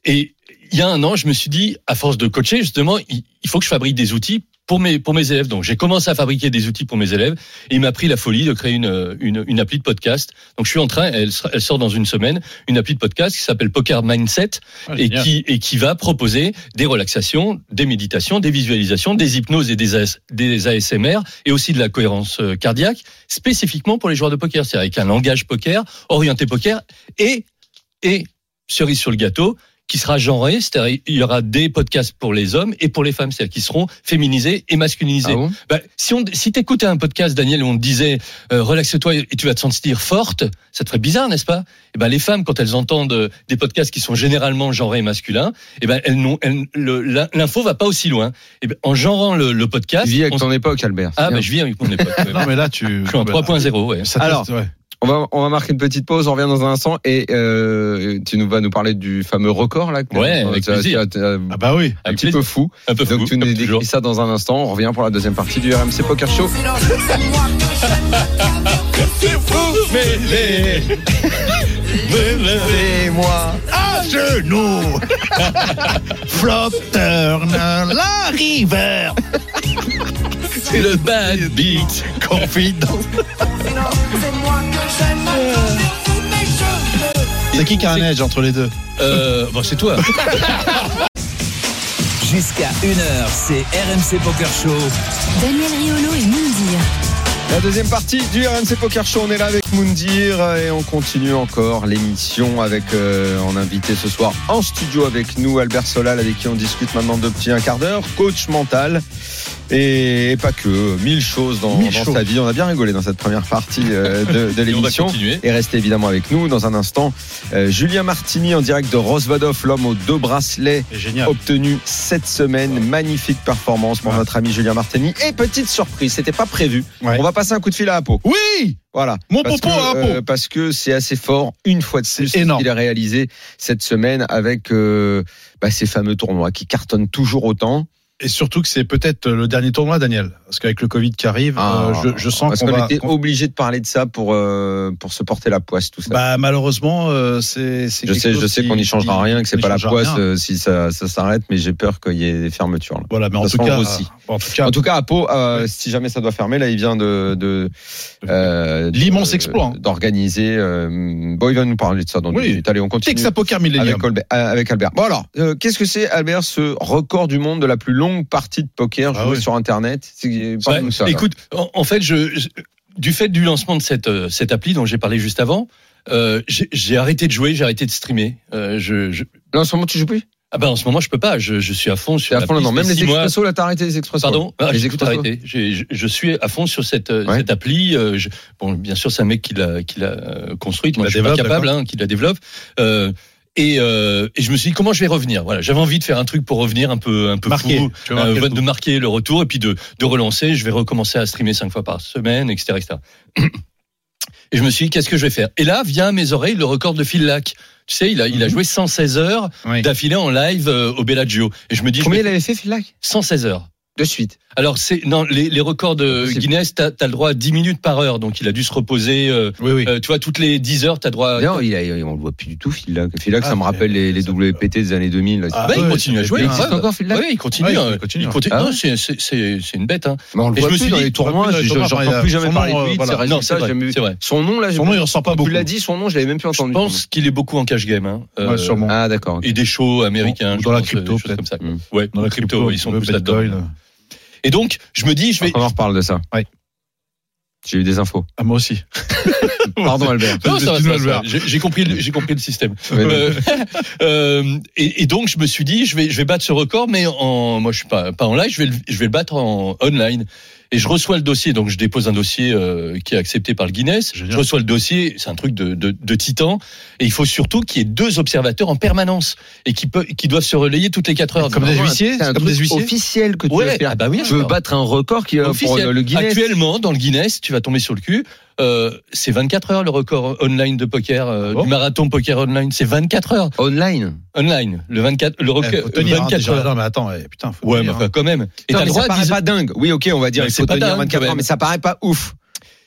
Et il y a un an, je me suis dit, à force de coacher, justement, il il faut que je fabrique des outils pour mes, pour mes élèves. Donc, j'ai commencé à fabriquer des outils pour mes élèves et il m'a pris la folie de créer une, euh, une, une appli de podcast. Donc, je suis en train, elle, sera- elle sort dans une semaine, une appli de podcast qui s'appelle Poker Mindset
Ah,
et
génial.
qui, et qui va proposer des relaxations, des méditations, des visualisations, des hypnoses et des, AS des ASMR et aussi de la cohérence euh, cardiaque spécifiquement pour les joueurs de poker. C'est-à-dire avec un langage poker, orienté poker et, et cerise sur le gâteau, qui sera genré, c'est-à-dire il y aura des podcasts pour les hommes et pour les femmes, c'est-à-dire qui seront féminisés et masculinisés.
bon
Bah, si on, si t'écoutais un podcast, Daniel, où on te disait euh, relaxe-toi et tu vas te sentir forte, ça te ferait bizarre, n'est-ce pas Et ben les femmes, quand elles entendent euh, des podcasts qui sont généralement genrés et masculins, et ben elles n'ont, elles- le- la- l'info va pas aussi loin. Et ben, en genrant le, le podcast,
Tu vis
on
avec
s-
ton époque, Albert.
ah
Bien.
ben je vis avec mon époque. ouais.
Non mais là tu.
Je suis en 3.0, ouais.
Ça
Alors.
teste, ouais.
On va, on va marquer une petite pause, on revient dans un instant et euh, tu nous vas nous parler du fameux record là. que-
Ouais, avec
t'as-
plaisir.
t'as- t'as-
Ah bah oui.
Un
Avec
petit peu
plaisir.
fou.
Un peu fou,
Donc tu
comme
nous
toujours.
décris ça dans un instant. On revient pour la deuxième partie du RMC Poker Show. Et moi.
À genoux. Flop turn la river.
C'est le bad beat.
Confidence. C'est qui qui a un edge entre les deux
Euh, bon, c'est toi.
Jusqu'à 1h, c'est RMC Poker Show.
Daniel Riolo et Moundir.
La deuxième partie du RMC Poker Show. On est là avec Moundir et on continue encore l'émission avec euh, en invité ce soir en studio avec nous Albert Solal avec qui on discute maintenant depuis un quart d'heure, coach mental. Et, et pas que, mille choses dans,
Mille
dans
choses.
sa vie. On a bien rigolé dans cette première partie euh, de, de
Et on va
l'émission.
continuer.
Et restez évidemment avec nous dans un instant. euh, Julien Martini en direct de Rosvadov, l'homme aux deux bracelets
C'est génial.
obtenu cette semaine. Magnifique performance pour
Ouais.
notre ami Julien Martini. Et petite surprise, c'était pas prévu.
Ouais.
On va passer un coup de fil à Apo.
Oui.
Voilà.
Mon
Parce
popo
que,
à Apo.
euh, parce que c'est assez fort, une fois de plus,
C'est
ce
énorme.
qu'il a réalisé cette semaine avec euh, bah, ces fameux tournois qui cartonnent toujours autant.
Et surtout que c'est peut-être le dernier tournoi, Daniel. Parce qu'avec le Covid qui arrive,
Ah,
euh, je, je sens
Parce
qu'on
qu'on
va.
était
qu'on-
obligé de parler de ça pour, euh, pour se porter la poisse, tout ça.
Bah malheureusement, euh, c'est. c'est
je
quelque
sais, je
chose
sais
qui-
qu'on n'y changera
qui-
rien, que c'est
on y
pas la
changera
poisse
rien.
euh, si ça, ça s'arrête, mais j'ai peur qu'il y ait des fermetures. là.
Voilà, mais en
Ça
tout,
se
cas,
rend aussi.
en tout cas,
En tout cas, à Pau, euh, si jamais ça doit fermer, là, il vient de, de, euh,
L'immense
de-
exploit, hein.
D'organiser. euh, bon, il va nous parler de ça dans
Oui.
une minute. Allez, on continue.
Texas Poker Millennium.
Avec, Colbe- euh, avec Albert. Bon alors, euh, qu'est-ce que c'est Albert, ce record du monde de la plus longue partie de poker
Ah
jouée
oui.
sur Internet C'est-
Ouais,
parle-nous de ça, alors.
écoute, en, en fait, je, je- du fait du lancement de cette, euh, cette appli dont j'ai parlé juste avant, euh, j'ai j'ai arrêté de jouer, j'ai arrêté de streamer. Euh, je, je-
Là, en ce moment, tu joues plus
Ah ben en ce moment je peux pas, je, je suis à fond
T'es
sur
à
la
fond
piste
là-dedans. Même
des
les
six mois.
expressos, là, t'as arrêté les expressos.
Pardon, Ah,
les
j'ai tout
expressos.
arrêté. J'ai- Je, je suis à fond sur cette, euh,
Ouais.
cette appli. euh, je- bon, bien sûr, c'est un mec qui l'a qui l'a euh, construite. Moi,
la
je suis pas
développe,
capable, hein, qui la développe. Euh, et, euh, et je me suis dit comment je vais revenir. Voilà, j'avais envie de faire un truc pour revenir un peu un peu
Marquer,
fou,
tu vois,
euh,
marquer le
de
coup.
marquer le retour et puis de de relancer. Je vais recommencer à streamer cinq fois par semaine, etc., etc. Et je me suis dit qu'est-ce que je vais faire. Et là vient à mes oreilles le record de Phil Lac. Tu sais, il a il a joué 116 heures
Mhm. Oui.
d'affilée en live euh, au Bellagio. Et je me dis je
Combien
vais-
il avait fait, Filac
116 heures.
De suite.
Alors c'est non les, les records de
Impossible.
Guinness, t'as as le droit à 10 minutes par heure, donc il a dû se reposer. euh,
Oui, oui.
euh, tu vois, toutes les 10 heures, t'as droit. à-
Non, il a, on le voit plus du tout, Filac. Filac,
Ah,
ça me rappelle les, les
ça-
WPT des années 2000. là.
Ah,
Bah, il
ouais,
continue à
ça
jouer.
il
fait bien.
la
existe
preuve.
encore, Filac
Ouais, il continue.
Ouais, il
hein,
continue.
il continue.
Ah
non,
ouais.
c'est- c'est c'est- c'est une bête. Hein.
Mais on le
Et je
voit
me
plus
suis
dans
dit,
les
on
tournois,
le voit plus
je-
dans les
j'entends
tournois,
plus
il a-
jamais
son
parler de
nom,
lui,
euh,
de ses
voilà.
Non, c'est
résultats, j'ai
vrai.
jamais vu.
c'est vrai.
Son nom, là, je
Son nom, il ressort pas beaucoup.
tu l'as dit, son nom, je l'avais même plus
Je
entendu.
pense qu'il est beaucoup en cash game. Hein, euh,
Ouais, sûrement.
Ah, d'accord. ok.
Et des shows américains,
Ou
je
dans la
pense,
crypto,
des choses
peut-être. Hmm.
comme ça.
Mm.
Ouais, dans la crypto, ils sont tous là-dedans. Et donc, je me dis, je vais.
Ah,
On en reparle de ça.
Ouais.
J'ai eu des infos.
Ah, moi aussi.
Pardon, Albert.
ah,
Non, ça va, ça va, ça va.
Excuse-moi,
J'ai j'ai compris, le- j'ai compris le système.
Ouais, non.
Euh, euh, et, et donc je me suis dit je vais je vais battre ce record mais en moi je suis pas pas en live je vais le, je vais le battre en online et je reçois le dossier donc je dépose un dossier euh, qui est accepté par le Guinness
Génial.
je reçois le dossier c'est un truc de, de de titan et il faut surtout qu'il y ait deux observateurs en permanence et qui peut qui doivent se relayer toutes les quatre heures
Comme des
Vraiment,
huissiers
C'est un
Comme
truc
des huissiers
officiel que tu
Ouais,
veux faire.
ah bah oui,
tu veux
alors.
battre un record qui, euh, pour
Officiel.
le, le Guinness.
Actuellement, dans le Guinness, tu vas tomber sur le cul. euh, c'est 24 heures le record online de poker, euh,
Ah bon
du marathon poker online. C'est 24 heures
Online.
online. Le 24, le
Eh,
record.
faut tenir, hein,
24
déjà.
heures.
Non, mais attends, eh, putain, faut
Ouais, mais
tenir,
enfin,
hein.
quand même. Et
Non,
t'as
mais
le droit
ça
à
paraît
10
pas dingue. Oui, ok, on va dire,
Mais
il
c'est
faut
pas
tenir
dingue,
24
quand
heures,
même.
mais ça paraît pas ouf.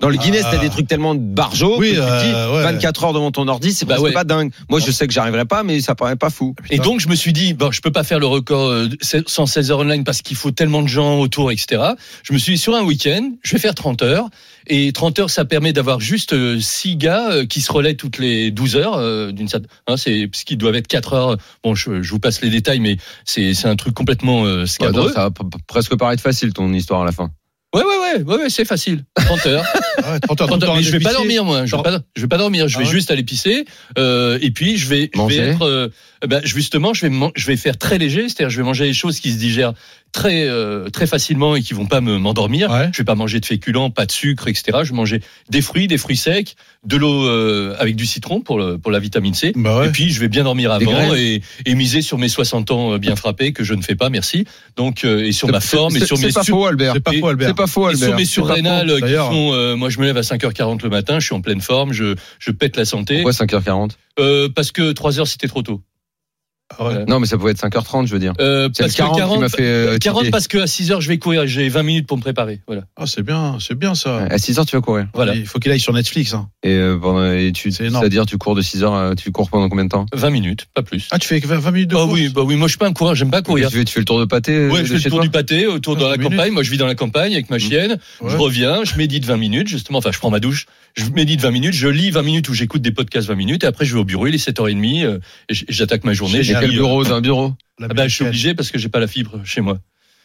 Dans le Guinness,
Ah.
t'as des trucs tellement barjots
Oui,
que tu te dis,
euh, ouais.
24 heures devant ton ordi, c'est
Bah
presque
ouais.
pas dingue. Moi, je sais que j'arriverai pas, mais ça paraît pas fou.
Et donc je me suis dit bon je peux pas faire le record euh, 116 heures online parce qu'il faut tellement de gens autour etc. Je me suis dit sur un week-end je vais faire 30 heures et 30 heures ça permet d'avoir juste 6 gars euh, qui se relaient toutes les 12 heures euh, d'une certaine hein, c'est ce qui doivent être 4 heures bon je, je vous passe les détails mais c'est c'est un truc complètement euh,
Ouais,
scabreux.
non, ça va p- p- presque paraître facile, ton histoire à la fin.
ouais ouais ouais ouais, ouais, c'est facile 30 heures
Ouais, 30 heures,
30
30
heures.
heures,
Mais je vais pas
huissiers.
dormir moi. Je vais
Genre-
pas, je vais pas dormir. Je vais
Ah ouais.
juste aller pisser. euh, et puis je vais, je vais
Manger.
être, euh, ben, justement, je vais, man- je vais faire très léger. C'est-à-dire, je vais manger des choses qui se digèrent très, euh, très facilement et qui vont pas me m'endormir.
Ouais.
Je vais pas manger de féculents, pas de sucre, etc. Je vais manger des fruits, des fruits secs, de l'eau euh, avec du citron pour le, pour la vitamine C.
Bah ouais.
Et puis je vais bien dormir
Des
avant
graines.
et, et miser sur mes 60 ans euh, bien frappés que je ne fais pas, merci. Donc euh, et sur
C'est-
ma forme et
c'est-
sur mes
C'est pas
su-
faux, Albert.
C'est pas
Et-
faux, Albert.
C'est pas faux,
et
Albert.
sur mes
C'est pas faux.
surrénales qui
d'ailleurs.
sont, euh, moi je me lève à 5h40 le matin, je suis en pleine forme, je, je pète la santé.
Pourquoi 5h40
Euh, parce que 3h c'était trop tôt.
Ah ouais.
Non, mais ça pouvait être 5h30, je veux dire.
Euh,
C'est le
parce que
40, qui m'a fait. euh,
40
tiquer.
parce que à 6h je vais courir, j'ai 20 minutes pour me préparer. Voilà.
Ah, c'est bien, c'est bien ça.
Ouais, À 6h, tu vas courir.
voilà.
Il faut qu'il aille sur Netflix. hein.
Et, euh, pendant- et tu,
C'est énorme.
c'est-à-dire, tu cours de 6h, tu cours pendant combien de temps
20 minutes, pas plus.
Ah, tu fais 20 minutes de
Ah
course
oui, bah oui, moi je suis pas un coureur, j'aime pas courir.
tu fais, tu fais le tour de pâté euh,
Ouais,
de
je fais
chez
le tour
toi
du pâté, autour de
Ah,
la
20
campagne. Moi, je vis dans la campagne
Mmh.
avec ma chienne. Je
Ouais.
reviens, je médite 20 minutes, justement. Enfin, je prends ma douche, je médite 20 minutes, je lis 20 minutes ou j'écoute des podcasts 20 minutes. Et après, je vais au bureau, il est 7h30, euh, et j- j'attaque ma journée.
J'ai
J'ai
quel
mis, euh,
bureau d'un bureau
La
Ah bah, je suis
Américaine.
obligé parce que j'ai pas la fibre chez moi.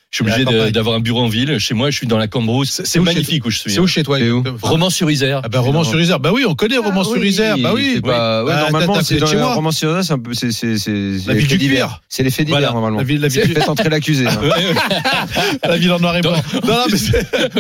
Je suis
ben, Mais
obligé
la
de-
campagne.
d'avoir un bureau en ville. Chez moi, je suis dans la Cambrousse.
C'est-
C'est,
c'est où
magnifique où je suis. hein.
C'est où chez toi
C'est où
exactement
Romans sur Isère.
Ah bah Roman sur Isère. Bah oui, on connaît Roman sur Isère. Bah oui.
c'est pas- ouais,
Bah,
normalement,
t'as- t'as
c'est
fait
dans
chez moi.
Roman sur Isère, c'est un peu. C'est, c'est, c'est, c'est
La
les faits
ville du
divers.
cuir.
C'est les faits divers,
Voilà.
normalement.
La ville, la ville,
Faites entrer l'accusé. hein.
la ville en noir et blanc. Non, non, mais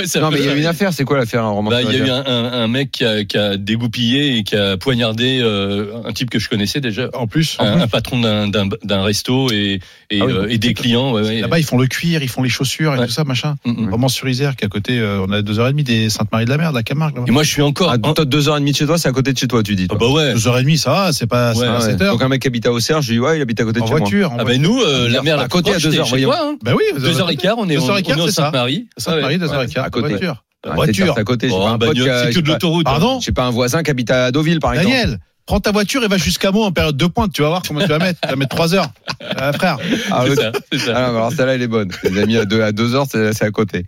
c'est-
Non, mais il y a eu une affaire, c'est quoi l'affaire, Roman
Bah, il y a eu
Isère
un, un- un mec qui a, qui a dégoupillé et qui a poignardé euh, un type que je connaissais déjà,
Oh, En plus, euh,
un, un patron d'un, d'un- d'un resto et, et,
Ah oui,
euh,
donc
et des clients. ouais, ouais.
là-bas, ils font le cuir, ils font les chaussures et
Ouais.
tout ça, machin.
Mm, mm.
Roman sur Isère, qui est à côté, euh, on a 2h30 des Sainte-Marie-de-la-Mer, de la Camargue. là-bas.
Et moi, je suis encore.
Ah,
en-
Toi, deux heures et demie de chez toi, c'est à côté de chez toi, tu dis.
Ah
toi.
bah ouais.
2h30, ça va, c'est pas c'est
Ouais,
pas
Ah ouais.
7h.
Donc, un mec qui habite à Auxerre, je lui dis, ouais, il habite à côté de
En
chez moi.
voiture. en
Ah bah
voiture.
nous, euh, la mer la
À côté,
plus
à
proche,
deux heures,
c'est chez
voyons.
toi, hein.
Bah oui, vous avez-
Deux heures et quart, on est,
Deux
en-
heures et quart,
on est au
c'est ça.
Sainte-Marie. Ouais.
Sainte-Marie, 2h15.
À côté.
Voiture.
Ah,
Voiture.
t'es à côté, j'ai
Bon, bah,
pas un
un
pote qui
bagnole,
a- bah.
c'est que
j'ai
de
pas-
l'autoroute. hein.
Pardon
j'ai pas un voisin qui habite à Deauville, par exemple.
Daniel, prends ta voiture et va jusqu'à moi en période de pointe. Tu vas voir comment tu vas mettre. Tu vas mettre 3 heures. Euh, frère.
Ah,
C'est
oui.
ça, c'est ça.
Ah, alors celle-là, elle est bonne. Les amis, à deux, à deux heures, c'est c'est à côté.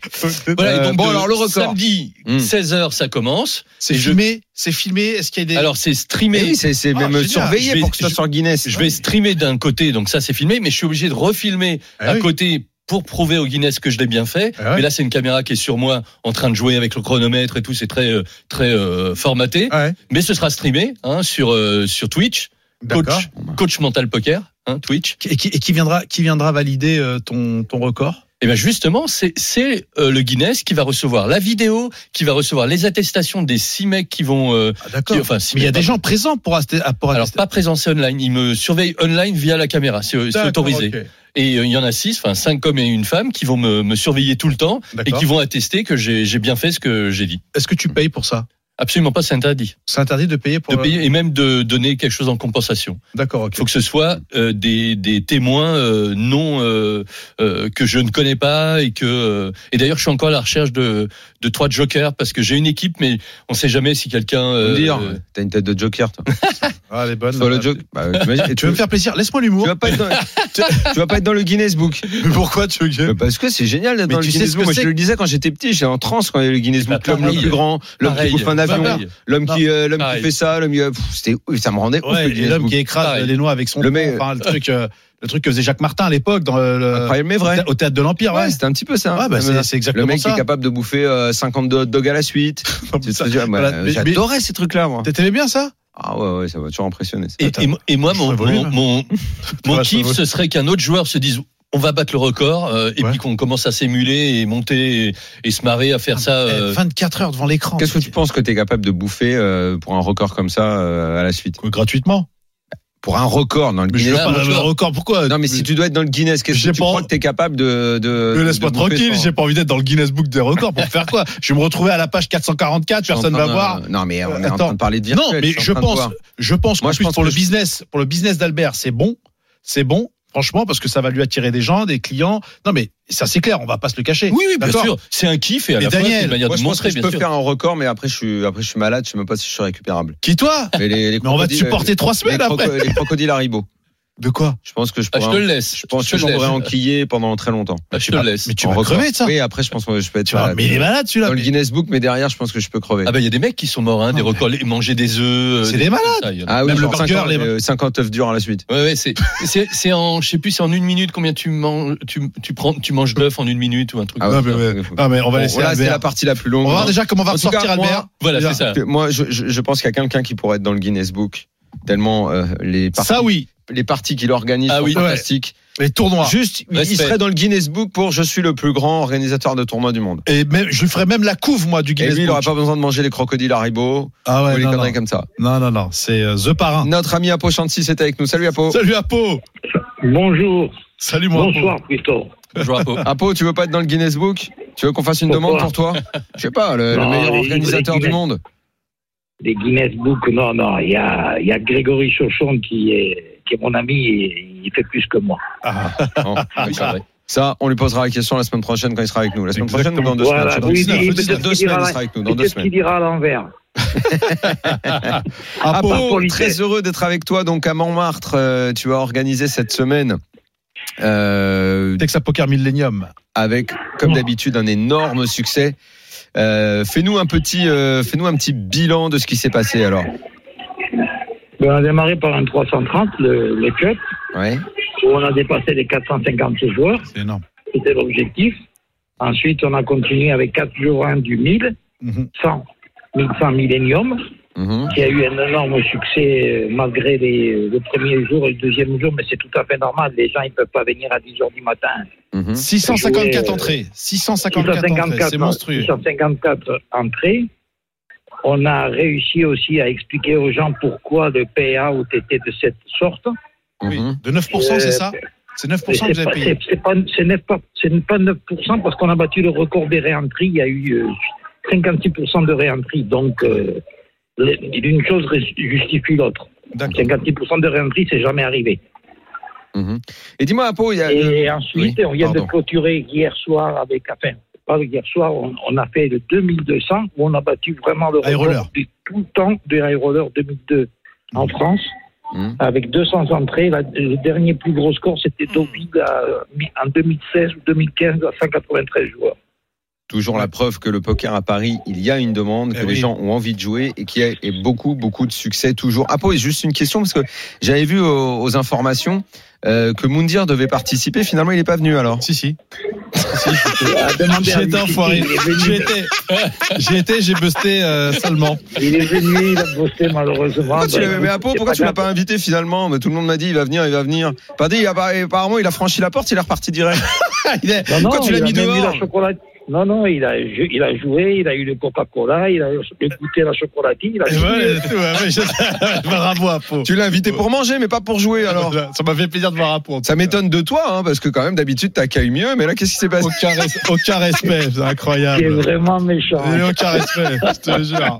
Voilà, et
Euh,
donc,
bon,
de
alors le record.
Samedi,
Hmm.
16h, ça commence.
C'est
Et je-
filmé. C'est filmé. Est-ce qu'il y a des.
Alors, c'est streamé.
Mais Eh oui, c'est c'est
Ah,
même
génial.
surveillé
Je vais-
pour que ce soit
je-
sur Guinness.
Je vais streamer d'un côté, donc ça, c'est filmé, mais je suis obligé de refilmer
Ah
à
oui.
côté pour prouver au Guinness que je l'ai bien fait.
Ah ouais.
Mais là, c'est une caméra qui est sur moi, en train de jouer avec le chronomètre et tout. C'est très, euh, très euh, formaté.
Ouais.
Mais ce sera streamé hein, sur, euh, sur Twitch.
D'accord.
Coach, coach mental poker. hein, Twitch.
Et qui, et qui viendra, qui viendra valider euh, ton, ton record
Et bien justement, c'est c'est, euh, le Guinness qui va recevoir la vidéo, qui va recevoir les attestations des six mecs qui vont. euh,
Ah, D'accord.
qui- enfin, six
Mais il y a
mecs,
des
pardon.
gens présents pour, aste- à- pour
Alors
attester.
pas présent, c'est online. Ils me surveillent online via la caméra. C'est euh, c'est
D'accord,
autorisé.
ok.
Et euh, il y en a six, enfin cinq hommes et une femme qui vont me, me surveiller tout le temps et
D'accord.
qui vont attester que j'ai j'ai bien fait ce que j'ai dit.
Est-ce que tu payes pour ça
Absolument pas, c'est interdit.
C'est interdit de payer pour. euh,
De payer et même de donner quelque chose en compensation.
D'accord, ok.
Il faut que ce soit euh, des, des témoins euh, non euh, euh, que je ne connais pas et que euh, et d'ailleurs je suis encore à la recherche de de trois jokers parce que j'ai une équipe mais on sait jamais si quelqu'un
dire,
euh, euh,
oh, t'as une tête de joker, toi.
Ah, elle est bonne.
Soit le
là.
joke- bah, t'imagines- et
Tu veux me faire plaisir Laisse-moi l'humour.
tu vas, pas être dans, tu vas pas être dans le Guinness Book.
Mais Pourquoi tu veux que-
Euh, Parce que c'est génial d'être
Mais
dans le
tu sais
Guinness
ce que
Book. Moi,
c'est
je le disais quand j'étais petit, j'étais en transe quand il y avait le Guinness
Bah,
Book. L'homme le
pareil.
plus grand, l'homme qui
pareil,
coupe un avion,
pareil.
l'homme qui, euh, l'homme qui
Pareil.
fait ça, l'homme qui, euh, pff, c'était, ouf, ça me rendait ouf,
Ouais,
le
et
Guinness
l'homme
Book.
qui écrase
Pareil.
les noix avec son.
Le
poing,
mec-
enfin, le truc, euh, le truc que faisait Jacques Martin à l'époque dans euh, le.
Incroyable, mais vrai.
Au théâtre de l'Empire, ouais.
Ouais, c'était un petit peu ça.
Ouais, bah,
Ça me-
c'est c'est
le
exactement
mec qui
ça.
est capable de bouffer euh, 52 hot dogs à la suite. C'est ce que je veux dire, moi,
Voilà, mais-
J'adorais ces trucs-là, moi.
T'aimais bien ça
Ah ouais, ouais, ça m'a toujours impressionné. ça.
et,
Attends.
et mo- et moi mon
Ça évolue,
mon,
là.
mon, mon
Ouais, ça
kiff
évolue.
ce serait qu'un autre joueur se dise on va battre le record euh, et
Ouais.
puis qu'on commence à s'émuler et monter et, et se marrer à faire
Ah,
ça euh,
Eh, 24 heures devant l'écran.
Qu'est-ce que tu penses que t'es capable de bouffer euh, pour un record comme ça euh, à la suite
Quoi, Gratuitement.
Pour un record dans le
Mais je veux
Guinness
là,
pas
mon
le
joueur.
record. Pourquoi
Non, mais si tu dois être dans le Guinness, qu'est-ce
J'ai
que tu
pas-
crois que t'es capable de. de
Me laisse
de
pas
bouffer
tranquille,
sans-
j'ai pas envie d'être dans le Guinness Book des records pour faire quoi Je vais me retrouver à la page 444,
Je suis en
personne
train
va
de-
voir.
Non, mais on est en
Attends.
train de parler de virtuel.
Non, mais
suis en
je
train de
pense,
voir.
je pense
Moi,
qu'en
je
plus
pense
pour
que
le
je-
business, pour le business d'Albert, c'est bon, c'est bon. Franchement, parce que ça va lui attirer des gens, des clients. Non, mais ça c'est clair, on va pas se le cacher.
oui oui bien
D'accord
sûr c'est un kiff et à
Mais
la fois c'est
Daniel,
une manière
Moi,
de
je pense que
montrer
je
bien
peux
sûr
faire un record, mais après je suis, après, je suis malade, je sais même pas si je suis récupérable.
Qui toi
Mais, les, les
Mais on va te
crocodiles-
supporter trois
Eh, euh, les,
semaines après.
croco- les crocodiles Haribo.
De quoi
Je pense que je
Ah,
pourrais.
je te le laisse
je pense
je
que
te
j'en
le
pourrais
laisse.
enquiller pendant très longtemps.
Ah, je te le laisse
Mais tu
En
vas
record.
crever de ça.
Oui, après, je pense que je peux être
Tu vas-
malade.
mais il est malade celui-là.
dans le Guinness Book, mais derrière, je pense que je peux crever.
Ah bah il y a des mecs qui sont morts, hein, des records, les- manger des œufs. euh,
C'est des
trucs
malades.
comme ça, il y en a.
Ah oui,
Même le
genre
burger,
50,
les-
euh, 50 œufs durs à la suite.
Ouais ouais c'est c'est c'est en je sais plus c'est en une minute combien tu manges tu tu prends tu manges d'œufs en une minute ou un truc.
Ah ouais,
Non, mais,
ouais.
ouais. Non, mais on
Bon,
va laisser
voilà, c'est
Albert.
la partie la plus longue.
On va voir
Non.
déjà comment
En
va
tout cas,
ressortir
moi,
Albert.
Voilà c'est ça.
Que Moi, je, je- je pense qu'il y a quelqu'un qui pourrait être dans le Guinness Book, tellement euh, les, parties,
Ça oui,
les parties qu'il organise
Ah
sont
oui, ouais.
fantastiques.
les tournois.
Juste, il- il
Respect.
serait dans le Guinness Book pour je suis le plus grand organisateur de tournois du monde.
Et même, je lui ferai même la couve moi du
Et
Guinness
lui, il
Book.
n'aura pas besoin de manger les crocodiles Haribo
Ah
ou
ouais,
les
non,
conneries
non.
comme ça.
non, non, non, c'est euh, The Parrain.
Notre ami Apo Chantis est avec nous. Salut Apo.
Salut Apo.
Bonjour,
Salut moi. Apo.
bonsoir plutôt.
Bonjour, Apo.
Apo, Ah, tu veux pas être dans le Guinness Book Tu veux qu'on fasse une
Pourquoi
demande pour toi Je sais pas, le, le
Non,
meilleur
les-
organisateur
les
du
Guinness.
monde.
Les Guinness Book, non, non, il y a, il y a Grégory Chauchon qui est, qui est mon ami et il fait plus que moi.
Non, oui, ça, ouais. Ça, on lui posera la question la semaine prochaine quand il sera avec nous. La semaine prochaine ou dans deux
Voilà,
semaines
oui,
je sais pas.
oui,
Dans
peut-être
deux
qu'il
semaines,
dira-
il sera avec nous. Dans deux
Peut-être
semaines.
qu'il dira à l'envers.
Apo,
Ah, pour l'idée.
très heureux d'être avec toi. Donc à Montmartre, euh, tu as organisé cette semaine euh,
Texas Poker Millennium.
avec, comme d'habitude, un énorme succès. Euh, fais-nous un petit, euh, fais-nous un petit bilan de ce qui s'est passé alors.
Ben, on a démarré par un 330, le, le cut,
Ouais.
où on a dépassé les 450 joueurs.
C'est énorme.
C'était l'objectif. Ensuite, on a continué avec 4 jours 1 du 1000,
Mhm.
100, 1100 Millennium,
Mhm.
qui a eu un énorme succès euh, malgré les, le premier jour et le deuxième jour, mais c'est tout à fait normal. Les gens, ils peuvent pas venir à 10h du matin.
Hmm.
Mhm.
654 entrées. 654 entrées. C'est
654,
monstrueux.
654 entrées. On a réussi aussi à expliquer aux gens pourquoi le payout était de cette sorte.
Oui.
Mhm.
De 9%, c'est ça C'est 9% que
Mais
vous
c'est
avez
pas-
payé.
c'est- c'est pas- c'est neuf pas- c'est pas 9% parce qu'on a battu le record des réentrées. Il y a eu euh, 56% de réentrées. Donc, euh, les- l'une chose res- justifie l'autre.
D'accord.
56% de réentrées, c'est jamais arrivé.
Mhm. Et dis-moi Apo, il y a-
Et ensuite,
Oui,
on vient
pardon.
de clôturer hier soir avec, enfin, pas hier soir, on, on a fait le 2200 où on a battu vraiment le
Aéroller.
record de tout le temps de l'aéroller 2002 en France.
Mhm.
Avec 200 entrées, La- le dernier plus gros score, c'était
Mmh.
Deauville à- en 2016 ou 2015 à 193 joueurs.
toujours la preuve que le poker à Paris, il y a une demande, que
Eh
les
oui.
gens ont envie de jouer et qu'il y a et beaucoup, beaucoup de succès toujours. Ah, et juste une question, parce que j'avais vu aux, aux informations euh, que Moundir devait participer. Finalement, il n'est pas venu alors.
Si, si.
Ah,
À demander à
J'étais
Lucie,
enfoiré.
il est venu-
J'étais, j'étais, j'ai busté euh, salement.
Il est venu, il a bossé malheureusement.
Pourquoi
Ah,
tu
Ben,
bah,
l'avais mis à peau
c'est
Pourquoi tu l'as
grave.
pas invité finalement Mais Tout le monde m'a dit il va venir, il va venir. Pas dit, il a pas- apparemment il a franchi la porte, il est reparti direct. Il est-
Non, non,
Quand tu
il
l'as
a
mis
même eu
dehors.
la chocolat- Non, non, il a, ju- il a joué, il a eu le Coca-Cola, il a écouté la chocolatine, il a euh,
Ouais,
tout eu.
ouais, ouais, je- Bravo à Pau.
Tu l'as invité pour manger, mais pas pour jouer alors.
ça m'a fait plaisir de voir à Pau. en tout
Ça m'étonne de toi, hein, parce que quand même d'habitude t'accueilles mieux, mais là qu'est-ce qui s'est
cas.
passé
Aucun, res- aucun respect, c'est
Il est
incroyable.
vraiment méchant.
Et aucun respect, je te jure.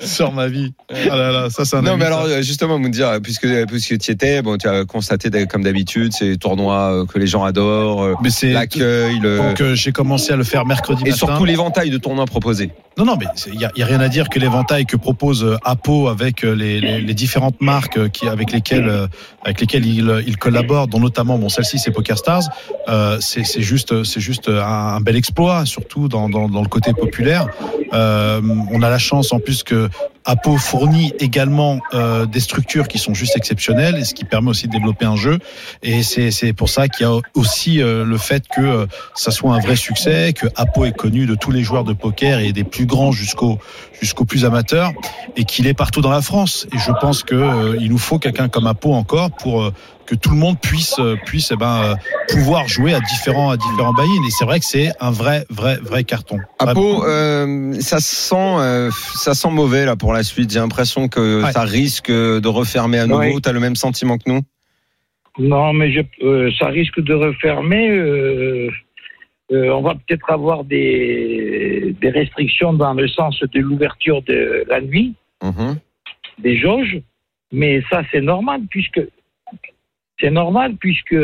Sur ma vie. Ah là là, ça c'est un
Non,
ami,
mais
ça.
alors euh, justement, Moundir, puisque puisque tu étais, bon, tu as constaté d'a- comme d'habitude ces tournois euh, que les gens adorent, euh,
Mais c'est
l'accueil, le-
donc euh, j'ai commencé à le faire mercredi
et
matin.
surtout l'éventail de tournois proposés.
Non, non, mais il n'y a, y a rien à dire que l'éventail que propose euh, Apo avec euh, les, les- les différentes marques euh, qui, avec lesquelles, euh, avec lesquelles il, euh, il collabore, dont notamment bon, celle-ci, c'est PokerStars, euh, c'est c'est juste, euh, c'est juste euh, un, un bel exploit, surtout dans, dans, dans le côté populaire. Euh, on a la chance en plus que Apo fournit également euh, des structures qui sont juste exceptionnelles, et ce qui permet aussi de développer un jeu. Et c'est c'est pour ça qu'il y a aussi euh, le fait que euh, ça soit un vrai succès, que Apo est connu de tous les joueurs de poker et des plus grands jusqu'aux jusqu'aux plus amateurs, et qu'il est partout dans la France. Et je pense que euh, il nous faut quelqu'un comme Apo encore pour euh, que tout le monde puisse euh, puisse eh ben euh, pouvoir jouer à différents à différents buy-in. Et c'est vrai que c'est un vrai vrai vrai carton.
Apo, euh, ça sent euh, ça sent mauvais là pour la suite. J'ai l'impression que
Ouais.
ça risque euh, de refermer à nouveau.
Ouais.
T'as le même sentiment que nous
Non, mais je, euh, ça risque de refermer. euh, euh, on va peut-être avoir des, des restrictions dans le sens de l'ouverture de la nuit,
Mhm.
des jauges. Mais ça, c'est normal puisque c'est normal puisque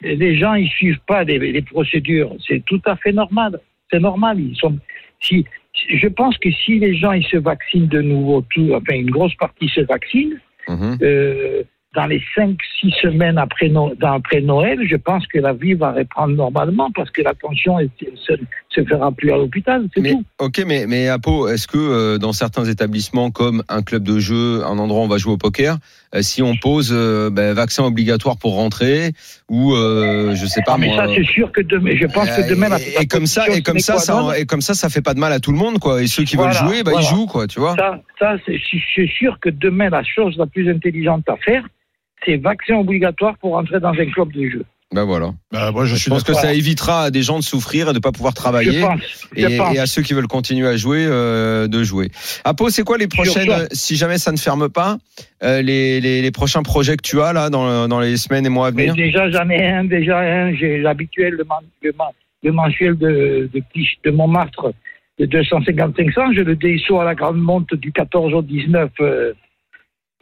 les gens ils suivent pas les, les procédures. C'est tout à fait normal. C'est normal. Ils sont si je pense que si les gens ils se vaccinent de nouveau, tout enfin une grosse partie se vaccine
Mhm.
euh, dans les 5-6 semaines après, No- dans- après Noël, je pense que la vie va reprendre normalement parce que la pension est- se, se fera plus à l'hôpital, c'est
Mais,
tout.
ok, mais, mais Apo, est-ce que euh, dans certains établissements comme un club de jeu, un endroit où on va jouer au poker, euh, si on pose euh, ben, vaccin obligatoire pour rentrer ou euh, je sais pas
Ah, mais
moi,
ça, c'est sûr que demain, je pense
euh,
que demain, la-
et,
la
et comme ça, et
condition
comme
sine
ça,
qua non,
ça, et comme ça, ça fait pas de mal à tout le monde, quoi. Et ceux qui
Voilà,
veulent jouer, bah,
voilà.
ils jouent, quoi, tu vois.
ça, ça, c'est je suis sûr que demain, la chose la plus intelligente à faire, c'est vaccin obligatoire pour entrer dans un club de jeu.
Ben voilà.
Bah, moi je
Je
suis
pense que
d'accord.
ça évitera à des gens de souffrir et de pas pouvoir
Je
travailler.
pense.
Et,
je pense.
et à ceux qui veulent continuer à jouer, euh, de jouer. Apo, c'est quoi les prochaines,
Surtout.
euh, si jamais ça ne ferme pas, euh, les, les, les prochains projets que tu as là dans, dans les semaines et mois à
Mais
venir
déjà, j'en ai un, déjà un. J'ai l'habituel, le, man- le man- le mensuel de, de, Clich- de Montmartre de 250-500. Je le déçois à la grande monte du 14 au 19 euh,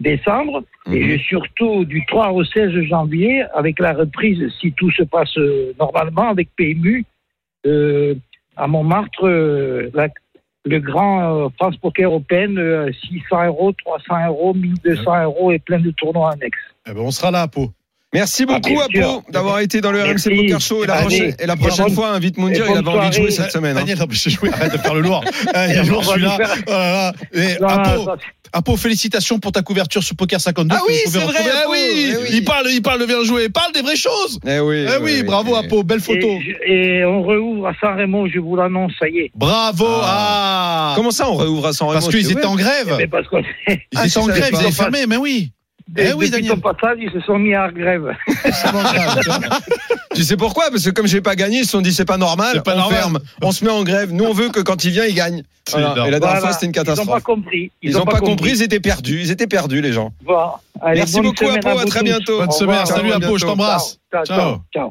décembre. Et
Mhm.
j'ai surtout du 3 au 16 janvier, avec la reprise, si tout se passe euh, normalement, avec PMU, euh, à Montmartre, euh, la- le grand euh, France Poker Open, euh, 600 euros, 300 euros, 1200 euros et plein de tournois annexes.
Eh ben, on sera là Apo.
Merci beaucoup,
Ah, bien
Apo,
sûr.
d'avoir été dans le
Merci.
RMC Poker Show. Et la,
Allez.
prochaine, et la prochaine
Et bonne-
fois, invite Moundir,
et
il
bonne
avait envie de jouer
soirée.
cette semaine. hein.
Daniel, non, mais j'ai joué, arrête de faire le lourd. Eh, il est
Et
lourd
on va
celui-là.
lui faire-
Oh là là. Eh,
Non,
Apo,
ça,
Apo, félicitations pour ta couverture sur Poker 52.
Ah
que
oui,
vous pouvez
c'est vrai,
retrouver.
Apo,
Eh
eh
oui,
oui.
Il parle, il parle, bien joué. Il parle des vraies choses.
Eh oui,
Eh oui, bravo
eh
Apo, belle photo.
Et, je- et on réouvre à San Remo, je vous l'annonce, ça y est.
Bravo. Ah.
Comment ça, on réouvre à 100
Parce qu'ils étaient en grève.
Mais parce que
Ils
Ah,
étaient
je
en
savais
grève,
pas.
ils avaient fermé, mais oui.
dès-
Eh oui,
depuis
Daniel.
ton passage, ils se sont mis à grève.
Eh Tu sais pourquoi Parce que comme j'ai pas gagné, ils se sont dit c'est pas normal,
C'est pas
on
normal.
ferme, on se met en grève. Nous on veut que quand il vient, il gagne.
C'est
Voilà.
énorme.
Et la dernière fois,
Voilà.
ben, c'était une
Ils n'ont pas
catastrophe.
compris.
Ils n'ont pas compris, ils étaient perdus, ils étaient perdus les gens.
Bon, allez,
Merci
bonne
beaucoup,
semaine
Apo, à
vous
très
tous.
bientôt.
Au
Bonne
revoir.
semaine, salut
Ciao, à
Apo, je
bientôt.
t'embrasse.
Ciao,
Ciao.
ciao, ciao.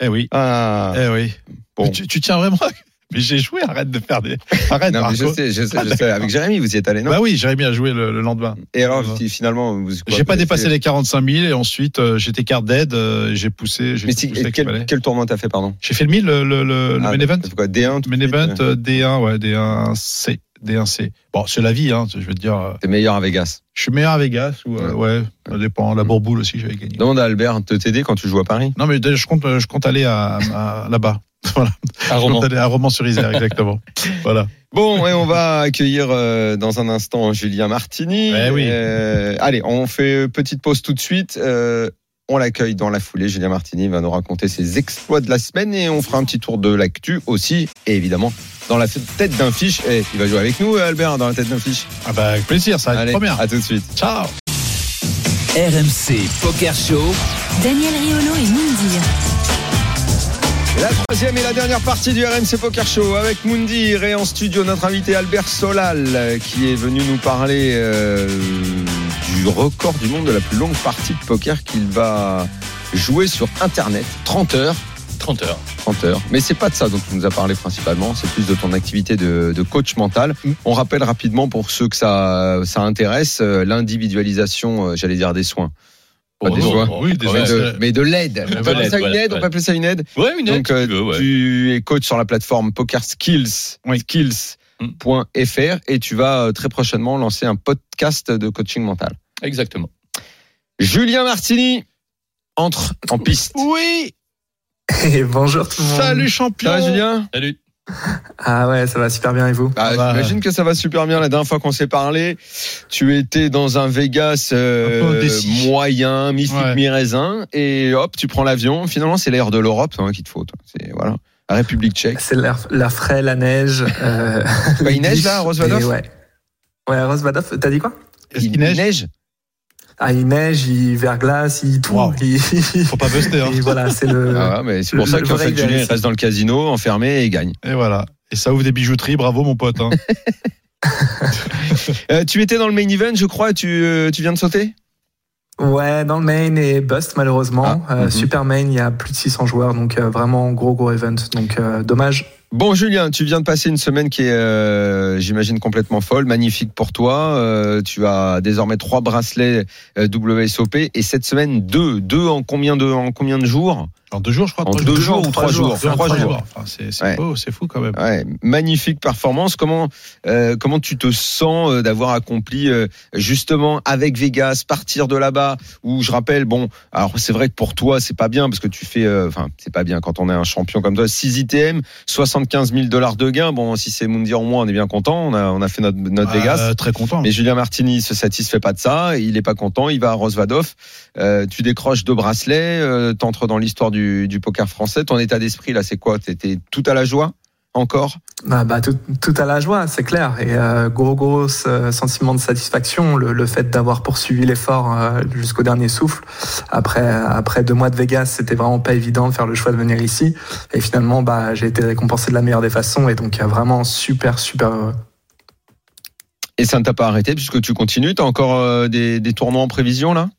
Eh oui,
Ah.
eh oui.
Bon.
Mais Tu, tu tiens vraiment. Mais j'ai joué, arrête de faire des. Arrête,
Non, mais je
Marco.
sais, je sais, je sais. Avec Jérémy, vous y êtes allé, non
Bah oui, j'aurais bien joué le, le lendemain.
Et alors,
Non.
fi- finalement, vous.
J'ai pas dépassé les 45 000 et ensuite euh, j'étais carte d'aide, euh, j'ai poussé, j'ai
Mais
tout
si-
poussé qu'il
quel,
fallait.
quel tournoi t'as fait, pardon
J'ai fait le 1000, le, le, Euh, le, le
Ah,
main event.
c'est Quoi, D1, tout de
Main
suite,
event
euh,
euh, D1, ouais, D1C. D1C. Bon, c'est la vie, hein, je veux te dire. euh,
T'es meilleur à Vegas.
Je suis meilleur à Vegas, ou, euh, ouais, ça dépend.
Mm.
La bourboule aussi, j'avais gagné.
Demande à Albert de t'aider quand tu joues à Paris.
Non, mais d'ailleurs, je compte, euh, je compte aller à, à- là-bas. Voilà.
Un
Je
roman.
compte aller à Romans-sur-Isère, exactement. voilà.
Bon, et on va accueillir euh, dans un instant Julien Martini.
Eh oui.
Euh, allez, on fait petite pause tout de suite. Euh, On l'accueille dans la foulée. Julien Martini va nous raconter ses exploits de la semaine et on fera un petit tour de l'actu aussi. Et évidemment, dans la tête d'un fiche. Eh, il va jouer avec nous, Albert, dans la tête d'un fiche.
Ah bah, avec plaisir, ça va être
Allez,
trop bien.
à tout de suite.
Ciao
RMC Poker Show.
Daniel Riolo et Moundir.
La troisième et la dernière partie du RMC Poker Show avec Moundir et en studio notre invité Albert Solal euh, qui est venu nous parler euh, du record du monde de la plus longue partie de poker qu'il va jouer sur internet 30 heures
30 heures.
30 heures mais c'est pas de ça dont tu nous as parlé principalement c'est plus de ton activité de, de coach mental on rappelle rapidement pour ceux que ça ça intéresse euh, l'individualisation euh, j'allais dire des soins Pas
Oh,
des
non,
soins,
bon, oui, des
mais,
soins,
de, mais de l'aide on peut
de
appeler
l'aide,
ça une
voilà,
aide on peut
ouais.
appeler ça une aide
Ouais, une aide,
donc, euh,
tu veux, ouais.
tu es coach sur la plateforme Poker Skills, skills.fr, et tu vas euh, très prochainement lancer un podcast de coaching mental.
Exactement.
Julien Martini entre en piste.
Oui
Et bonjour tout le monde.
Salut champion
Ça va, Julien
Salut.
Ah ouais, ça va super bien et vous
bah,
Ça va.
J'imagine que ça va super bien. La dernière fois qu'on s'est parlé, tu étais dans un Vegas euh,
Un peu indécis.
moyen, mi-fic,
Ouais.
mi-raisin, et hop, tu prends l'avion. Finalement, c'est l'air de l'Europe hein, qu'il te faut. toi. C'est voilà, la République tchèque.
C'est la, la fraie, la neige. Euh,
Bah, il neige là, à
et
Rosvadov
Ouais. Ouais, Rosvadov, t'as dit quoi
Est-ce qu'il neige
Ah, il neige, il verglace, il tout.
Wow.
Il,
Faut pas buster, hein.
et voilà, c'est le.
Ah ouais, mais c'est pour
Le-
ça
le
qu'en
vrai
fait, Julien
Vegas.
il reste dans le casino, enfermé et gagne.
Et voilà. Et ça ouvre des bijouteries, bravo mon pote. hein.
Euh, tu étais dans le main event, je crois, tu, euh, tu viens de sauter
Ouais, dans le main et bust malheureusement.
Ah,
Euh,
mhm.
Super main, il y a plus de 600 joueurs, donc euh, vraiment gros gros event. Donc euh, dommage.
Bon, Julien, tu viens de passer une semaine qui est, euh, j'imagine, complètement folle, magnifique pour toi. Euh, tu as désormais trois bracelets euh, WSOP et cette semaine deux. Deux en combien de, en combien de jours
En deux jours, je crois.
En
trois
deux
jours.
jours ou trois jours
Deux en
Trois
trois
jours.
jours. Enfin, c'est c'est
Ouais.
beau, c'est fou quand même.
Ouais, magnifique performance. Comment euh, comment tu te sens euh, d'avoir accompli euh, justement avec Vegas partir de là-bas où je rappelle bon alors c'est vrai que pour toi c'est pas bien parce que tu fais euh, enfin c'est pas bien quand on est un champion comme toi 6 ITM 75 000 dollars de gains bon si c'est Mundi en moins on est bien content on a on a fait notre notre
Ah,
Vegas
euh, très content.
mais Julien Martini se satisfait pas de ça, il est pas content, il va à Rosvadov, euh, tu décroches deux bracelets, euh, t'entres dans l'histoire du, du poker français, ton état d'esprit là c'est quoi T'étais tout à la joie encore
Ah bah, tout, tout à la joie, c'est clair. Et euh, gros, gros euh, sentiment de satisfaction, le, le fait d'avoir poursuivi l'effort euh, jusqu'au dernier souffle. Après, après deux mois de Vegas, c'était vraiment pas évident de faire le choix de venir ici. Et finalement, bah, j'ai été récompensé de la meilleure des façons. Et donc, euh, vraiment super, super heureux.
Et ça ne t'a pas arrêté puisque tu continues. T'as encore euh, des, des tournois en prévision là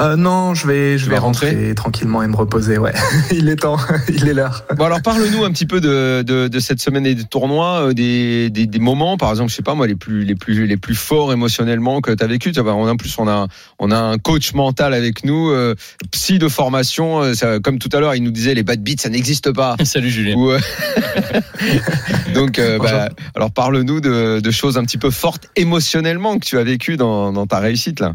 Euh, non, je vais,
Tu
je vais
vas rentrer
rentrer, tranquillement et me reposer. Ouais, il est temps, il est l'heure.
Bon alors parle-nous un petit peu de, de, de cette semaine et des tournois, euh, des, des, des moments par exemple, je sais pas moi les plus les plus les plus forts émotionnellement que t'as vécu. Tu vois, en plus on a on a un coach mental avec nous, euh, psy de formation. euh, ça- comme tout à l'heure il nous disait les bad beats ça n'existe pas.
Salut Julien.
Ou, euh, Donc euh,
Bonjour.
bah, alors parle-nous de, de choses un petit peu fortes émotionnellement que tu as vécu dans, dans ta réussite là.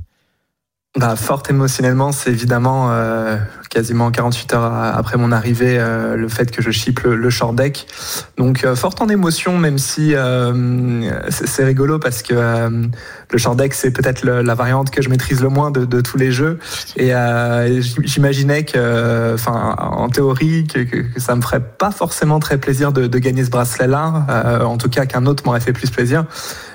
Bah, forte émotionnellement, c'est évidemment euh, quasiment 48 heures a- après mon arrivée, euh, le fait que je chipe le, le short deck. Donc euh, forte en émotion, même si euh, c'est c'est rigolo parce que euh, le short deck, c'est peut-être le- la variante que je maîtrise le moins de, de tous les jeux. Et euh, j- j'imaginais que, euh, enfin, en théorie, que, que, que ça me ferait pas forcément très plaisir de, de gagner ce bracelet-là. Euh, en tout cas, qu'un autre m'aurait fait plus plaisir.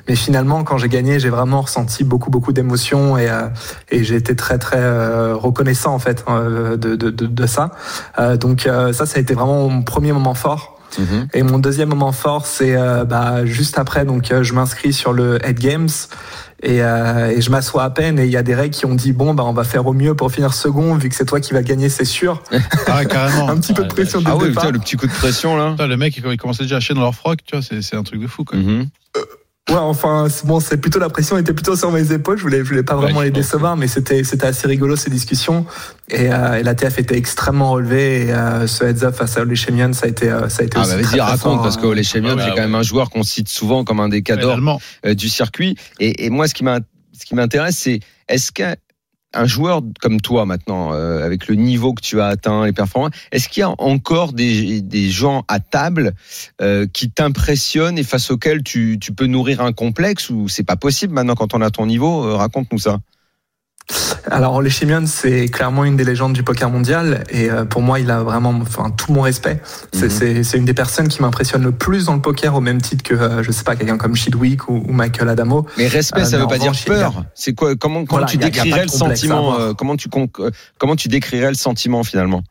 Mais finalement, quand j'ai gagné, j'ai vraiment ressenti beaucoup, beaucoup d'émotions et, euh, et j'ai été très, très euh, reconnaissant en fait euh, de, de, de, de ça. Euh, donc euh, ça, ça a été vraiment mon premier moment fort.
Mhm.
Et mon deuxième moment fort, c'est euh, bah, juste après. Donc, euh, je m'inscris sur le Head Games et, euh, et je m'assois à peine. Et il y a des règles qui ont dit bon, bah, on va faire au mieux pour finir second, vu que c'est toi qui vas gagner, c'est sûr.
Ah, carrément.
Un petit peu de
ouais.
pression dès
Ah
le
oui,
départ.
putain, le petit coup de pression là.
Putain, le mec, il commençait déjà à chier dans leur froc, tu vois, c'est c'est un truc de fou, quoi.
Mhm.
Ouais, enfin, c'est- bon, c'est plutôt la pression était plutôt sur mes épaules. Je voulais, je voulais pas vraiment
Ouais, je
les
pense.
décevoir, mais c'était, c'était assez rigolo ces discussions. Et, euh, et la TF était extrêmement relevée. Et euh, ce heads up face à Ole Chemion, ça a été, euh, ça a été
Ah
aussi
bah
très,
vas-y
très
raconte
fort,
parce
euh.
que Ole Chemion
bah
c'est quand
ouais. bah,
même un joueur qu'on cite souvent comme un des cadors
Finalement.
euh, du circuit et, et moi ce qui m'a ce qui m'intéresse c'est est-ce qu'un un joueur comme toi maintenant euh, avec le niveau que tu as atteint les performances est-ce qu'il y a encore des, des gens à table euh, qui t'impressionnent et face auxquels tu, tu peux nourrir un complexe ou c'est pas possible maintenant quand on a ton niveau Euh, raconte-nous ça
Alors, les Chimian, c'est clairement une des légendes du poker mondial. Et euh, pour moi, il a vraiment enfin, tout mon respect.
Mhm.
C'est- C'est c'est une des personnes qui m'impressionne le plus dans le poker, au même titre que, euh, je sais pas, quelqu'un comme Chidwick ou, ou Michael Adamo.
Mais respect,
Euh,
ça
mais
veut
en
pas dire
revanche, il y a-
peur. C'est quoi Comment, comment
Voilà,
tu
il y a- il y a
décrirais
pas de
le
complexe hein, à
sentiment
avoir.
euh, Comment tu con- euh, comment tu décrirais le sentiment finalement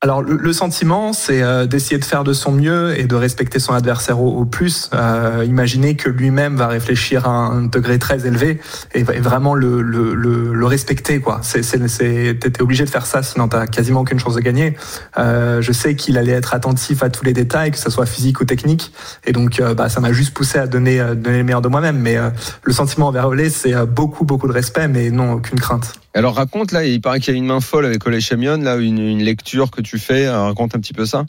Alors, le, le sentiment, c'est euh, d'essayer de faire de son mieux et de respecter son adversaire au, au plus. Euh, imaginez que lui-même va réfléchir à un degré très élevé et, va- et vraiment le, le, le, le respecter, quoi. C'est- c'est- c'est- T'es t'es obligé de faire ça, sinon t'as quasiment aucune chance de gagner. Euh, je sais qu'il allait être attentif à tous les détails, que ce soit physique ou technique. Et donc, euh, bah, ça m'a juste poussé à donner, euh, donner le meilleur de moi-même. Mais euh, le sentiment envers Olé, c'est euh, beaucoup, beaucoup de respect, mais non, aucune crainte.
Alors raconte là, il paraît qu'il y a une main folle avec Ole Chamion, là une, une lecture que tu fais, euh, raconte un petit peu ça.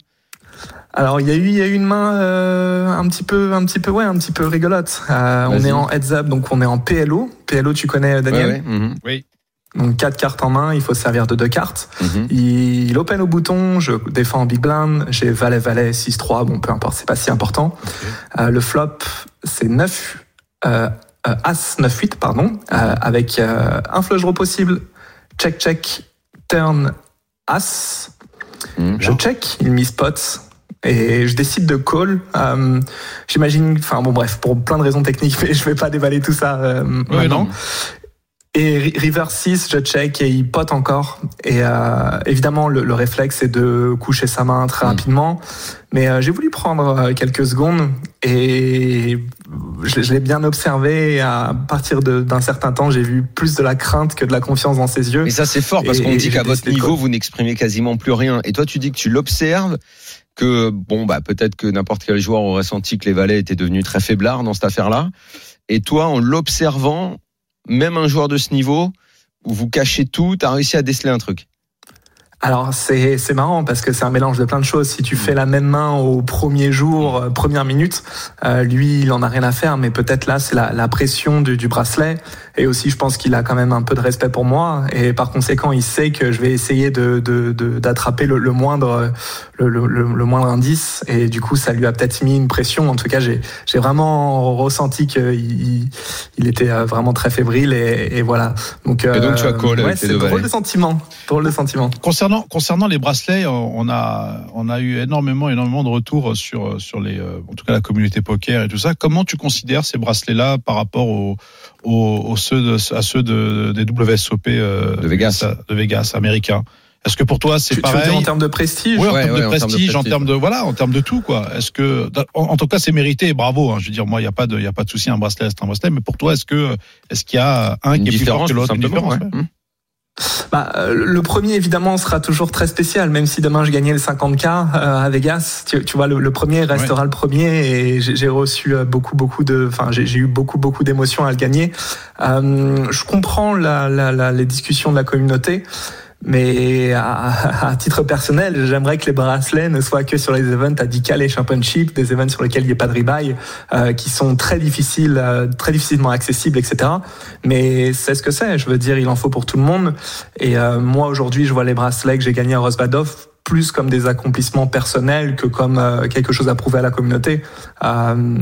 Alors il y a eu il y a eu une main euh, un petit peu un petit peu ouais un petit peu rigolote. Euh, on
Vas-y.
est en heads up donc on est en PLO. PLO tu connais euh, Daniel.
Ouais, ouais, mhm,
Donc quatre cartes en main, il faut se servir de deux cartes.
mhm.
Il, il open au bouton, je défends en big blind, j'ai valet valet 6 3, bon peu importe, c'est pas si important. Euh, le flop c'est 9 euh, euh, as 9 8 pardon
Mhm.
euh, avec euh, un flush draw possible. Check check turn as
Mhm.
je check, il me spot et je décide de call. Euh, J'imagine, enfin bon bref, pour plein de raisons techniques, mais je vais pas déballer tout ça euh, maintenant. Et ri- river 6, je check et il pote encore. Et euh, évidemment, le, le réflexe c'est de coucher sa main très
Mm.
rapidement. Mais euh, j'ai voulu prendre euh, quelques secondes et je, je l'ai bien observé. Et à partir de- d'un certain temps, j'ai vu plus de la crainte que de la confiance dans ses yeux.
Mais ça c'est fort parce
Et-
qu'on
et
dit
j'ai
qu'à votre
décidé de
niveau
quoi
vous n'exprimez quasiment plus rien. Et toi tu dis que tu l'observes, que bon bah peut-être que n'importe quel joueur aurait senti que les valets étaient devenus très faiblards dans cette affaire-là. Et toi en l'observant, même un joueur de ce niveau, où vous cachez tout, t'as réussi à déceler un truc.
Alors c'est c'est marrant parce que c'est un mélange de plein de choses. Si
Mm.
tu fais la même main au premier jour, euh, première minute, euh, lui il en a rien à faire, mais peut-être là c'est la, la pression du, du bracelet et aussi je pense qu'il a quand même un peu de respect pour moi et par conséquent il sait que je vais essayer de de- de- d'attraper le, le moindre euh, le, le- le- le moindre indice et du coup ça lui a peut-être mis une pression. En tout cas j'ai j'ai vraiment ressenti qu'il il, il était euh, vraiment très fébrile et, et voilà. Donc euh,
Et donc, tu as call avec
ouais,
tes
c'est
deux valets.
drôle de sentiment, drôle de sentiment.
Concernant, concernant les bracelets, euh, on a, on a eu énormément, énormément de retours sur, sur les, euh, en tout cas la communauté poker et tout ça. Comment tu considères ces bracelets-là par rapport aux, aux, aux ceux de- à ceux de, des WSOP euh,
De Vegas.
USA, de Vegas américains Est-ce que pour toi c'est
Tu, tu veux
pareil
dire en termes de prestige
Oui, en
Ouais,
termes
ouais,
de
en termes de
prestige, en
prestige.
termes de voilà, en termes de tout quoi. Est-ce que, en, en tout cas, c'est mérité et bravo. hein. Je veux dire, moi, il y a pas de, il y a pas de souci, un bracelet, c'est un bracelet. Mais pour toi, est-ce que, est-ce qu'il y a un
Une
qui est plus fort
différence
que
tout
l'autre, une
simplement.
différence
ouais.
ouais.
Mhm.
Bah, euh, le premier, évidemment, sera toujours très spécial, même si demain je gagnais le 50K euh, à Vegas. Tu, tu vois, le, le premier restera le premier et j'ai j'ai reçu euh, beaucoup, beaucoup de. Enfin, j'ai j'ai eu beaucoup, beaucoup d'émotions à le gagner. Euh, je comprends la, la- la- les discussions de la communauté. Mais à, à titre personnel, j'aimerais que les bracelets ne soient que sur les events à 10K, les championships, des events sur lesquels il n'y a pas de rebuy, euh, qui sont très difficiles, euh, très difficilement accessibles, etc. Mais c'est ce que c'est. Je veux dire, il en faut pour tout le monde. Et euh, moi, aujourd'hui, je vois les bracelets que j'ai gagnés à Rosbadov plus comme des accomplissements personnels que comme euh, quelque chose à prouver à la communauté. Euh,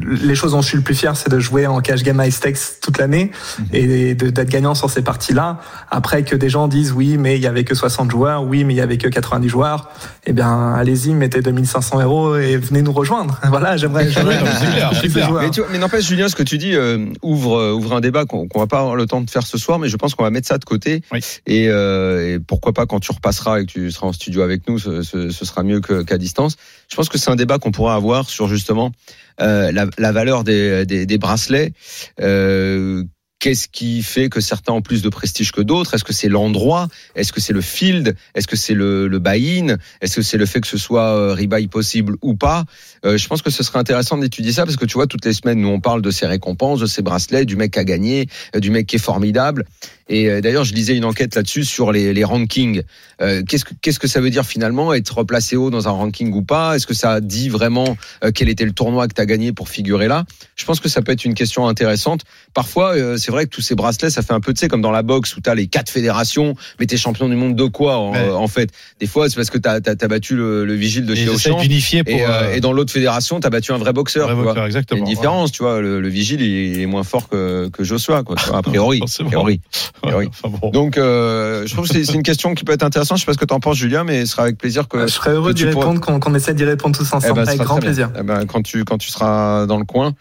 les choses dont je suis le plus fier, c'est de jouer en cash game high stakes toute l'année et de- d'être gagnant sur ces parties-là. Après que des gens disent oui, mais il y avait que 60 joueurs, oui, mais il y avait que 90 joueurs, eh bien, allez-y, mettez 2500 euros et venez nous rejoindre. Voilà, j'aimerais j'aimerais
non, mais c'est clair,
tous
c'est
ces
clair.
joueurs.
Mais, tu vois- mais n'empêche, Julien, ce que tu dis euh, ouvre, euh, ouvre un débat qu'on qu'on va pas avoir le temps de faire ce soir, mais je pense qu'on va mettre ça de côté.
Oui.
Et, euh, et pourquoi pas quand tu repasseras et que tu seras en studio avec nous, ce, ce- ce sera mieux que- qu'à distance. Je pense que c'est un débat qu'on pourra avoir sur justement euh, la, la valeur des, des, des bracelets. Euh, Qu'est-ce qui fait que certains ont plus de prestige que d'autres Est-ce que c'est l'endroit Est-ce que c'est le field Est-ce que c'est le, le buy-in Est-ce que c'est le fait que ce soit euh, rebuy possible ou pas euh, je pense que ce serait intéressant d'étudier ça parce que tu vois, toutes les semaines, nous, on parle de ces récompenses, de ces bracelets, du mec qui a gagné, euh, du mec qui est formidable. Et euh, d'ailleurs, je lisais une enquête là-dessus sur les, les rankings. Euh, qu'est-ce, que, qu'est-ce que ça veut dire finalement être placé haut dans un ranking ou pas Est-ce que ça dit vraiment euh, quel était le tournoi que tu as gagné pour figurer là Je pense que ça peut être une question intéressante. Parfois, euh, c'est vrai que tous ces bracelets, ça fait un peu, tu sais, comme dans la boxe où tu as les quatre fédérations, mais t'es champion du monde de quoi en,
Ouais.
en fait Des fois, c'est parce que tu as battu le, le vigile de
Et
chez
j'essaie
Auchan.
d'unifier pour.
Et, euh,
euh,
et dans l'autre fédération, t'as battu un vrai boxeur.
Vrai
tu vois.
boxeur,
Il y a
exactement.
une différence, tu vois. Le, le vigile, il est moins fort que, que Joshua, quoi. tu vois, a priori. a
Forcément.
priori. Eh oui.
Enfin, bon.
Donc, euh, je trouve que c'est c'est une question qui peut être intéressante. Je sais pas ce que t'en penses, Julien, mais ce sera avec plaisir que.
Bah, Je serais heureux
que tu
d'y
pourras-
répondre, qu'on qu'on essaie d'y répondre tous
Eh
ensemble
ben, ce
avec
sera
grand
très bien.
plaisir.
Eh ben, quand tu quand tu seras dans le coin,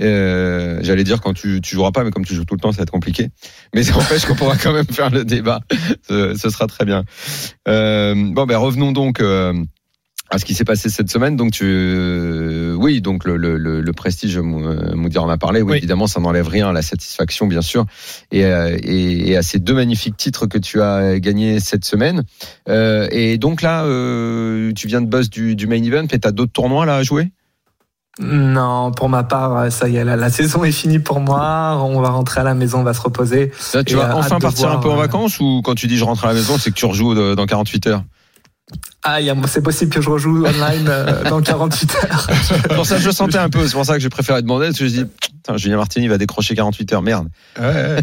euh, j'allais dire quand tu tu joueras pas, mais comme tu joues tout le temps, ça va être compliqué. Mais ça empêche qu'on pourra quand même faire le débat. Ce, ce sera très bien. Euh, bon, ben revenons donc. euh, à ce qui s'est passé cette semaine, donc tu, euh, oui, donc le, le, le, le prestige, Mou- euh, Moudir en a parlé. Oui,
Oui.
évidemment, ça n'enlève rien à la satisfaction, bien sûr, et, euh, et, et à ces deux magnifiques titres que tu as gagnés cette semaine. Euh, et donc là, euh, tu viens de buzz du, du main event, mais t'as d'autres tournois là à jouer.
Non, pour ma part, ça y est, la, la saison est finie pour moi. On va rentrer à la maison, on va se reposer.
Là, tu
Et,
vas
euh,
enfin
hâte de
partir
voir,
un peu en
euh,
vacances ou quand tu dis je rentre à la maison, c'est que tu rejoues euh, dans 48 heures.
Ah, il y a- c'est possible que je rejoue online euh, dans 48 heures.
C'est pour ça que je sentais un peu, c'est pour ça que j'ai préféré demander parce que je dis putain, Julien Martini va décrocher 48 heures, merde.
Ouais, ouais.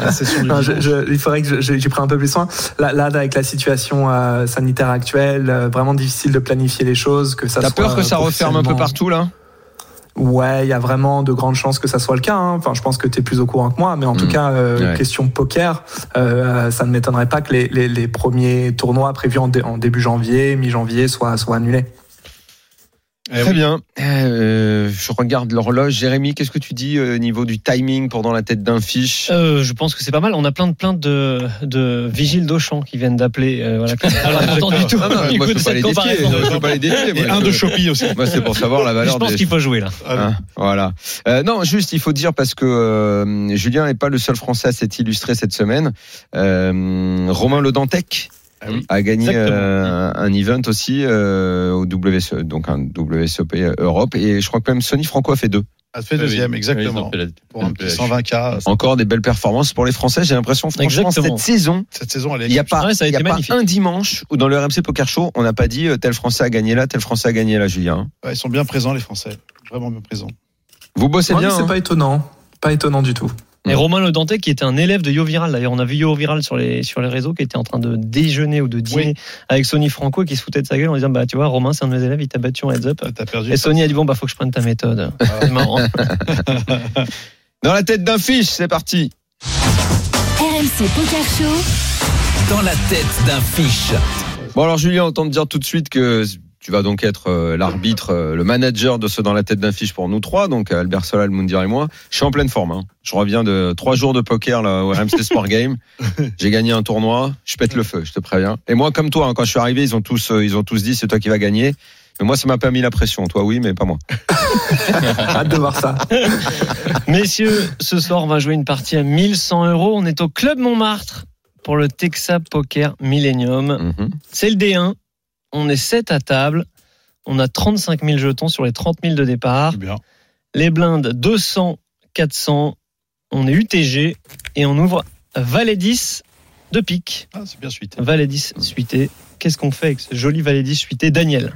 La session du
Non, je-
dimanche.
je- il faudrait que je- je- j'y prenne un peu plus soin. Là, là, avec la situation euh, sanitaire actuelle, euh, vraiment difficile de planifier les choses. Que ça
T'as
soit,
peur que ça
euh,
referme un peu
professionnellement-
partout là
Ouais, il y a vraiment de grandes chances que ça soit le cas. hein. Enfin, je pense que tu es plus au courant que moi, mais en tout
Mm.
Mhm.
cas, euh,
Ouais.
question poker, euh, ça ne m'étonnerait pas que les, les- les premiers tournois prévus en, dé- en début janvier, mi-janvier, soient, soient annulés.
Eh
Très
oui.
bien. Euh, je regarde l'horloge. Jérémy, qu'est-ce que tu dis euh, au niveau du timing pendant la tête d'un fiche
Euh, je pense que c'est pas mal. On a plein de plaintes de, de vigiles d'Auchan qui viennent d'appeler. euh, voilà. Alors, j'ai pas entendu tout.
Ah non,
du
moi,
coup,
je peux
de
pas les
cette
défier.
comparaison.
Je peux pas les défier.
Et
moi,
un
je-
de Shopee aussi.
Moi, c'est pour savoir la
Je
valeur
pense
des
qu'il faut jouer là.
Hein, voilà. Euh, non, juste, il faut dire parce que euh, Julien n'est pas le seul Français à s'être illustré cette semaine. Euh, Romain Le Dantec a gagné
Ah Exactement.
euh, un event aussi euh, au WSE, donc un WSOP euh, Europe. Et je crois que même Sony Franco a fait deux.
Elle fait deuxième, exactement. Pour un petit 120K.
Encore des belles performances pour les Français. J'ai l'impression, franchement,
Ah, Exactement.
cette saison,
Cette saison, elle est.
il n'y a pas,
Ouais, ça a
il y a
été
pas
magnifique.
un dimanche où dans le RMC Poker Show, on n'a pas dit euh, tel Français a gagné là, tel Français a gagné là, Julien.
Ouais, ils sont bien présents, les Français. Vraiment bien présents.
Vous bossez
Ouais,
bien.
mais C'est
hein.
pas étonnant. Pas étonnant du tout.
Et
Ouais.
Romain Le Dantec, qui était un élève de Yo Viral, d'ailleurs, on a vu Yo Viral sur les, sur les réseaux, qui était en train de déjeuner ou de dîner avec Sony Franco, et qui se foutait de sa gueule en disant Bah, tu vois, Romain, c'est un de mes élèves, il t'a battu en heads up.
T'as perdu.
Et Sony a dit Bon, bah, faut que je prenne ta méthode. C'est marrant.
Dans la tête d'un fiche, c'est parti.
RMC Poker Show,
Dans la tête d'un fiche.
Bon alors Julien, autant te dire tout de suite que tu vas donc être euh, l'arbitre, euh, le manager de ce dans la tête d'un fiche pour nous trois, donc euh, Albert Solal, Moundir et moi. Je suis en pleine forme. hein. Je reviens de trois jours de poker Euh, là, au RMC Sport Game. J'ai gagné un tournoi. Je pète le feu, je te préviens. Et moi, comme toi, hein, quand je suis arrivé, ils ont tous, euh, ils ont tous dit c'est toi qui vas gagner. Mais moi, ça m'a pas mis la pression. Toi, oui, mais pas moi.
Hâte de voir ça.
Messieurs, ce soir, on va jouer une partie à 1100 euros. On est au Club Montmartre pour le Texas Poker Millennium.
Mhm.
C'est le D1. On est 7 à table. On a 35 000 jetons sur les 30 000 de départ.
C'est bien.
Les blindes 200, 400. On est UTG et on ouvre Valet 10 de pique.
Ah, c'est bien suite.
Valet 10 suité. Qu'est-ce qu'on fait avec ce joli Valet 10 suité Daniel,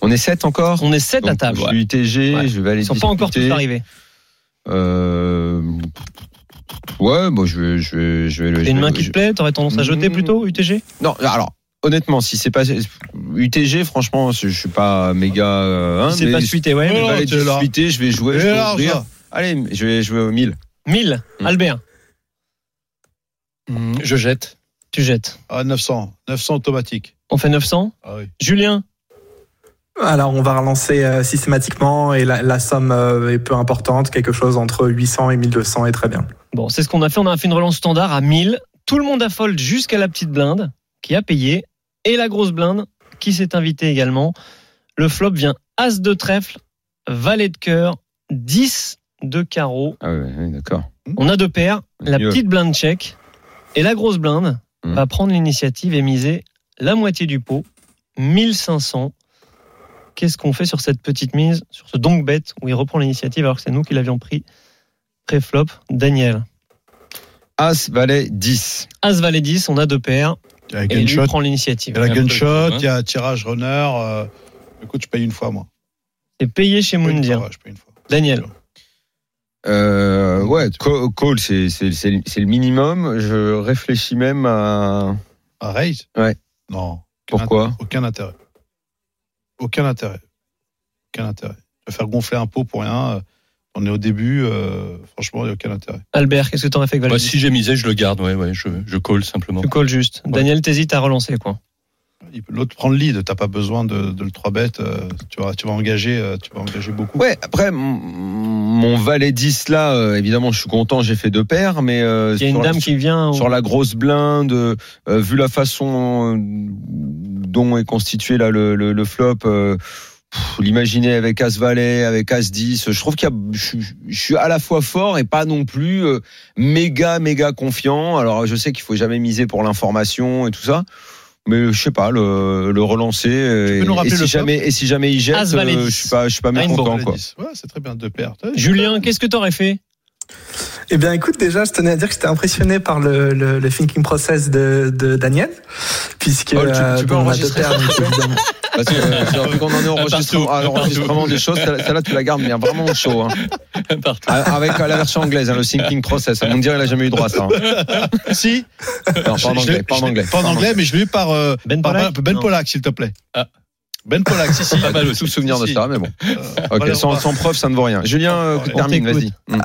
On est sept encore.
on est 7 à table.
Je
ouais.
suis UTG,
Ouais.
je vais aller.
Ils sont pas encore tous
discuter.
arrivés.
Euh... Ouais, bon, je vais, je vais, je vais le.
T'as
je
une
vais-
main qui te plaît T'aurais tendance à jeter
Mmh.
plutôt UTG
Non, alors. Honnêtement, si c'est pas UTG, franchement, je je suis pas méga. euh, hein,
C'est
mais
pas suité, ouais.
je vais
Oh,
aller
t'es là.
discuter, je vais jouer. Je
Et
vais
alors,
ouvrir.
hein.
ça
Allez, je vais jouer au 1000.
1000,
Mmh.
Albert,
Mm,
Je jette.
tu jettes.
Ah, 900. 900 automatique.
On fait 900.
Ah oui.
Julien,
Alors, on va relancer euh, systématiquement et la, la somme euh, est peu importante. Quelque chose entre 800 et 1200 est très bien.
Bon, c'est ce qu'on a fait. On a fait une relance standard à 1000. Tout le monde affole jusqu'à la petite blinde qui a payé et la grosse blinde qui s'est invitée également. Le flop vient As de trèfle, Valet de cœur, 10 de carreau.
Ah ouais, ouais, d'accord.
On a deux paires. La
Mieux.
petite blinde check et la grosse blinde
Mhm.
va prendre l'initiative et miser la moitié du pot, 1500. Qu'est-ce qu'on fait sur cette petite mise, sur ce donc bête où il reprend l'initiative alors que c'est nous qui l'avions pris pré-flop Daniel.
As, valet, 10.
As valet 10, on a deux paires
Il y a la
et lui
gunshot.
prend l'initiative.
Il y a la
Un peu, quand
gunshot.
même.
Il y a tirage runner. euh, Écoute, je paye une fois, moi.
C'est payé chez
Je paye une
Moundir.
fois, ouais, je paye une fois.
Daniel,
Euh, ouais, ca- call, c'est c'est- c'est- c'est le minimum. Je réfléchis même à.
Un raise
Ouais.
Non. Aucun
Pourquoi
intérêt. Aucun intérêt. Aucun intérêt. Aucun intérêt. Je vais faire gonfler un pot pour rien. euh, On est au début, euh, franchement, il n'y a aucun intérêt.
Albert, qu'est-ce que t'en as fait avec
Bah,
Valérie
si j'ai misé, je le garde. Ouais, ouais, je, je colle simplement.
Tu colles juste. Daniel, t'hésites à relancer, quoi.
Il peut- L'autre prend le lead, t'as pas besoin de, de le 3 bêtes. euh, tu, vas, tu, vas engager, euh, tu vas engager beaucoup.
Ouais, après, m- mon valet 10 là, euh, évidemment, je suis content, j'ai fait deux paires, mais euh,
Il y a
sur
une
la-
dame qui vient. au-
sur la grosse blinde, euh, vu la façon euh, dont est constitué là le, le- le flop. euh, pff, L'imaginer avec As Valet, avec As 10, je trouve qu'il y a, je, suis- je suis à la fois fort et pas non plus euh, méga méga confiant. Alors je sais qu'il faut jamais miser pour l'information et tout ça, mais je sais pas le, le relancer. euh,
peux nous
et,
rappeler
si
le flop
jamais et si jamais il jette,
As Valet
euh, je
10.
suis pas je suis pas
Rainbow
mécontent
Les
quoi.
10. Ouais, c'est très bien, deux paires. T'as-
Julien, Hein, qu'est-ce que t'aurais fait
Eh bien, écoute, déjà, je tenais à dire que j'étais impressionné par le, le, le thinking process de, de Daniel, puisque euh,
Paul, tu- tu peux
bon, on a
enregistrer
deux paires, donc, évidemment.
Parce que euh, j'ai envie qu'on en est au enregistrement, à l'enregistrement des choses. Celle- Celle-là, tu la gardes, mais il y a vraiment chaud. Hein.
Partout.
Ah, Avec euh, la version anglaise, hein, le thinking process. On dirait qu'il a jamais eu droit à ça. hein.
Si,
Non, pas en
je- je
anglais.
l'ai-
Pas en
je l'ai-
anglais.
Pas en anglais, mais je l'ai eu par euh,
Ben
par-
Pollack
Ben
Non.
Pollack, s'il te plaît.
Ah.
Ben Pollack, si, si.
Pas mal aussi.
Tout souvenir de
Si,
ça, mais bon.
si. Euh,
Ok,
voilà, on
sans,
va-
sans preuve, ça ne vaut rien. Julien, euh,
On
termine, vas-y.
t'écoute.
Mm.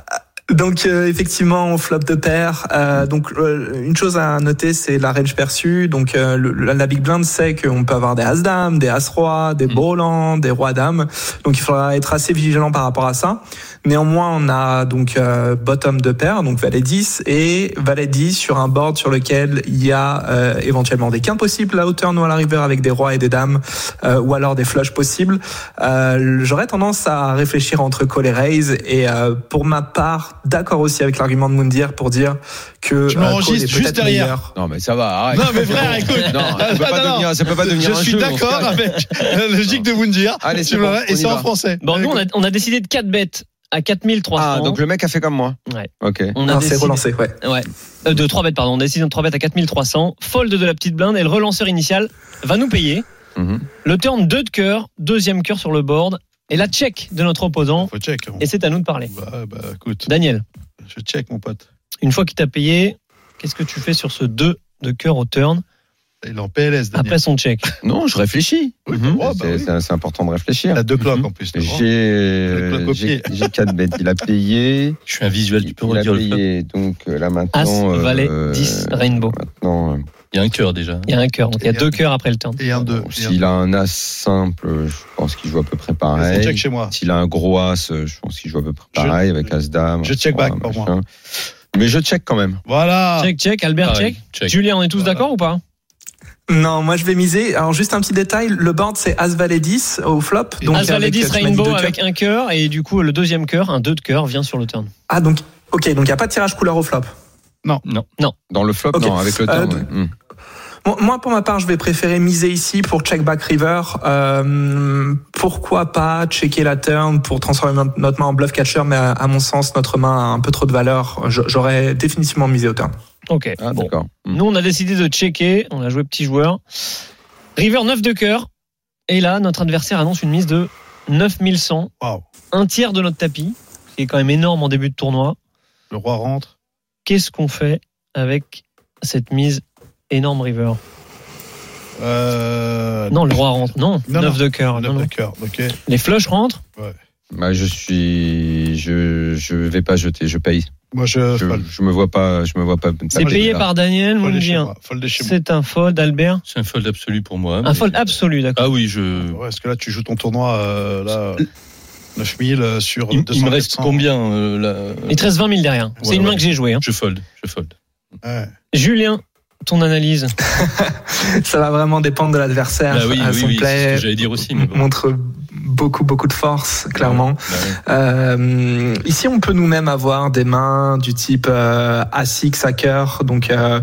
Donc euh, effectivement, on flop de paire. Euh, donc euh, une chose à noter, c'est la range perçue. Donc euh, le- la, la big blind sait qu'on peut avoir des as dames, des as rois, des brolants, des rois dames. Donc il faudra être assez vigilant par rapport à ça. Néanmoins, on a donc euh, bottom de paire, donc valet 10 et valet 10 sur un board sur lequel il y a euh, éventuellement des quintes possibles à hauteur ou à la river avec des rois et des dames euh, ou alors des flushs possibles. Euh, j'aurais tendance à réfléchir entre call et raise et euh, pour ma part d'accord aussi avec l'argument de Moundir pour dire que
Tu
euh, call est
m'enregistres juste
peut-être
derrière.
meilleur.
Non, mais ça va, arrête.
Non, mais frère, écoute.
Non, ça peut
Non,
pas
non,
devenir- ça peut pas devenir
Je
un
suis
jeu, on se
d'accord
calme.
avec la logique de Mundir.
Allez,
Tu
c'est
vois,
bon, on
Et
y
c'est en
va.
français.
Bon, nous, on a, on a décidé de 4 bêtes à 4300.
Euh, Ah, donc ah, le mec a fait comme moi.
Ouais.
Ok.
on a
Alors, c'est
décidé...
relancé, ouais.
Ouais. Euh, de 3 bêtes, pardon. On a décidé de 3 bêtes à 4300. Fold de la petite blinde et le relanceur initial va nous payer.
Mhm.
Le turn 2 de cœur, deuxième cœur sur le board et la check de notre opposant.
Faut check. hein.
Et c'est à nous de parler.
Bah, bah, écoute,
Daniel,
je check, mon pote.
une fois qu'il t'a payé, qu'est-ce que tu fais sur ce 2 de cœur au turn
Il est en PLS, Daniel.
après son check
Non, je réfléchis.
Oui, bah,
Mhm.
bah,
C'est
oui.
c'est- c'est important de réfléchir.
Il a deux cloques en plus. le grand.
Mhm. J'ai
Le
euh,
cloque au
j'ai-
pied.
j'ai quatre bêtes. Il a payé.
Je suis un visuel, tu peux
il a
redire le flop.
payé. Donc euh, là
As,
maintenant. euh,
valet, 10, rainbow.
Maintenant, euh,
Il y a un cœur déjà.
Il y a un cœur, donc il y a
Et
deux
un-
cœurs après le turn.
Et un
bon,
deux. Et un deux.
s'il a un as simple, je pense qu'il joue à peu près
Je check
pareil.
chez moi.
S'il a un gros as, euh, je pense qu'il joue à peu près
Je-
pareil avec as dame.
je check
As-Roi,
back pour moi.
machin. Mais je check quand même.
Voilà.
Check, check, Albert,
Pareil,
check. Julien, on est tous
Ah Voilà.
d'accord ou pas
Non, moi je vais miser. Alors juste un petit détail, le board c'est As Valet 10 au flop.
Et
As Valet
avec, euh,
10
tu m'as dit deux
Rainbow
cœurs.
avec un cœur et du coup le deuxième cœur, un 2 de cœur vient sur le turn.
Ah donc ok, donc il n'y a pas de tirage couleur au flop.
Dans le flop,
Ok.
non, avec le
Euh,
turn.
d-
ouais. Hmm.
Bon, Moi, pour ma part, je vais préférer miser ici pour check back river. Euh, pourquoi pas checker la turn pour transformer no- notre main en bluff catcher, mais à, à mon sens, notre main a un peu trop de valeur. Je- J'aurais définitivement misé au turn.
Ok.
Ah,
bon.
d'accord. Hmm.
Nous on a décidé de checker, on a joué petit joueur. River 9 de cœur. Et là, notre adversaire annonce une mise de 9100,
Waouh.
un tiers de notre tapis, ce qui est quand même énorme en début de tournoi.
Le roi rentre.
Qu'est-ce qu'on fait avec cette mise énorme River
Euh,
Non, le roi rentre. Non,
Non,
9
non.
de cœur. non,
Neuf
non.
de cœur. Ah, Ok.
Les flushs rentrent.
Bah, je suis, je, je vais pas jeter. Je paye.
Moi, je.
Je,
Fold.
je me vois pas. Je me vois pas.
C'est
moi, j'ai
payé
là.
par Daniel
Fold chez
Moungien.
moi. Fold chez moi.
C'est un fold, Albert.
C'est un fold absolu pour moi.
Un
mais-
fold absolu, d'accord.
Ah oui, je.
Ouais, parce que là, tu joues ton tournoi, euh, là, 9000 euh, sur
Il,
200.
il me reste
400.
combien euh, là
Il te reste 20 000 derrière. C'est
Ouais,
une main
ouais.
que j'ai jouée. hein.
Je fold, je fold.
Ouais.
Julien, ton analyse.
Ça va vraiment dépendre de l'adversaire.
Bah oui,
à
oui,
son
oui, c'est ce
play
que j'allais dire aussi. Mais bon.
montre beaucoup, beaucoup de force, clairement.
Bah ouais.
Euh, ici, on peut nous-mêmes avoir des mains du type euh, A6 à cœur, donc euh,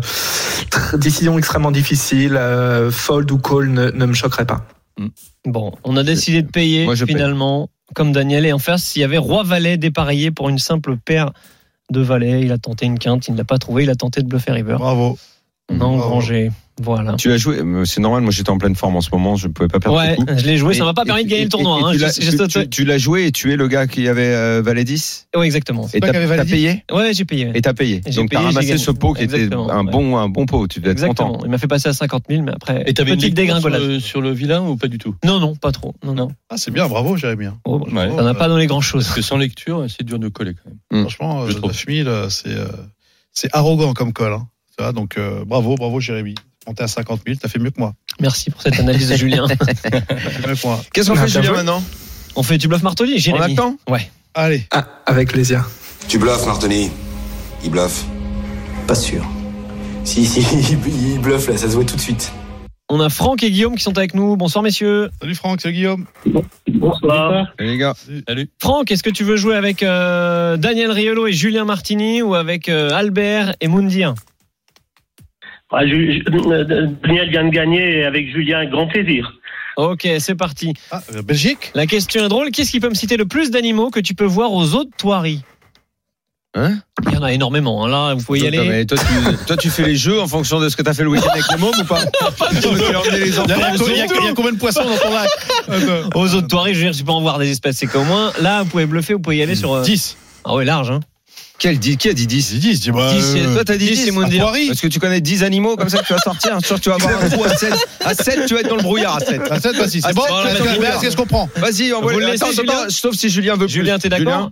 tr- décision extrêmement difficile. euh, fold ou call ne, ne me choquerait pas.
Bon, on a décidé de payer
Moi, je paye.
finalement, comme Daniel. Et en face, il y avait Roi-Valet dépareillé pour une simple paire de valets. Il a tenté une quinte, il ne l'a pas trouvé. Il a tenté de bluffer River.
Bravo.
Non, rangé. Voilà.
Tu as joué, euh, c'est normal, moi j'étais en pleine forme en ce moment, je ne pouvais pas perdre.
Ouais,
beaucoup.
je l'ai joué, ça m'a pas permis de gagner le tournoi. hein,
tu
je-
l'as-
je-
tu- tu- tu l'as joué et tu es le gars qui avait euh, valet 10
Ouais, exactement.
et
toi
t'as
qui avais valet
t'as
10?
payé
Ouais, j'ai payé. ouais.
et t'as payé.
Et j'ai
Donc t'as
payé, j'ai
ramassé
gagné.
ce pot qui était
Exactement,
un
ouais.
bon, un bon pot. Tu devais être
Exactement.
content.
Il m'a fait passer à 50 000, mais après.
Et t'avais une
petite
ligue un sur,
dégringolade.
le- sur le vilain ou pas du tout
Non, non, pas trop. Non, non.
Ah, c'est bien, bravo, Jérémy. hein.
Oh,
Ouais.
Ça n'a pas donné grand chose.
Parce que sans lecture, c'est dur de coller quand même.
Mm.
Franchement,
Je
euh,
trouve.
9000, euh, c'est euh, c'est arrogant comme col. hein. Tu vois, donc euh, bravo, bravo, Jérémy. Quand t'es à 50 000, t'as fait mieux que moi.
Merci pour cette analyse de Julien.
T'as fait mieux que moi.
Qu'est-ce qu'on
Ah,
fait,
bien
Julien,
joué.
maintenant
On fait du bluff Martoli,
On
Jérémy.
attend
Ouais.
Allez,
Ah, avec plaisir.
Tu bluffes, Martoni. Il bluffe.
Pas sûr.
Si, si, il bluffe là, ça se voit tout de suite.
On a Franck et Guillaume qui sont avec nous. Bonsoir, messieurs.
salut Franck, salut Guillaume.
Bonsoir.
Eh, les gars,
Franck, est-ce que tu veux jouer avec euh, Daniel Riolo et Julien Martini ou avec euh, Albert et Moundir
Ah, Ju- Ju- euh, Daniel vient de gagner avec Julien, avec grand plaisir.
Ok, c'est parti.
Ah, euh, Belgique
La question est drôle. Qu'est-ce qui peut me citer le plus d'animaux que tu peux voir aux autres toiries
Hein
Il y en a énormément. hein. Là, vous pouvez y
toi,
aller.
mais toi, tu, toi, tu fais les jeux en fonction de ce que t'as fait le week-end avec les mômes ou pas Parce que tu as emmené les
Il y, a,
enfants.
il y a- il y a combien de poissons dans ton lac Attends.
Aux autres toiries, je veux dire, tu peux en voir des espèces, c'est qu'au moins. Là, vous pouvez bluffer, vous pouvez y aller sur. euh,
10.
Ah ouais, large. Hein.
Quel dit- Qui a dit 10
J'ai 10, dis-moi.
10, c'est-
Toi, t'as dit 10,
c'est Moundir.
Poirie.
Parce que tu connais 10 animaux comme ça que tu vas sortir. Je suis sûr que tu vas avoir un trou à 7. À 7, tu vas être dans le brouillard à 7.
Ah, sept, bah, si,
Ah,
c'est bon.
c'est bon,
Parce
la
que-
Belgique.
mais Qu'est-ce qu'on prend
Vas-y, envoie
Vous le laissez,
Ah attends, attends,
Julien
attends, sauf si Julien veut plus.
Julien, t'es d'accord
Julien,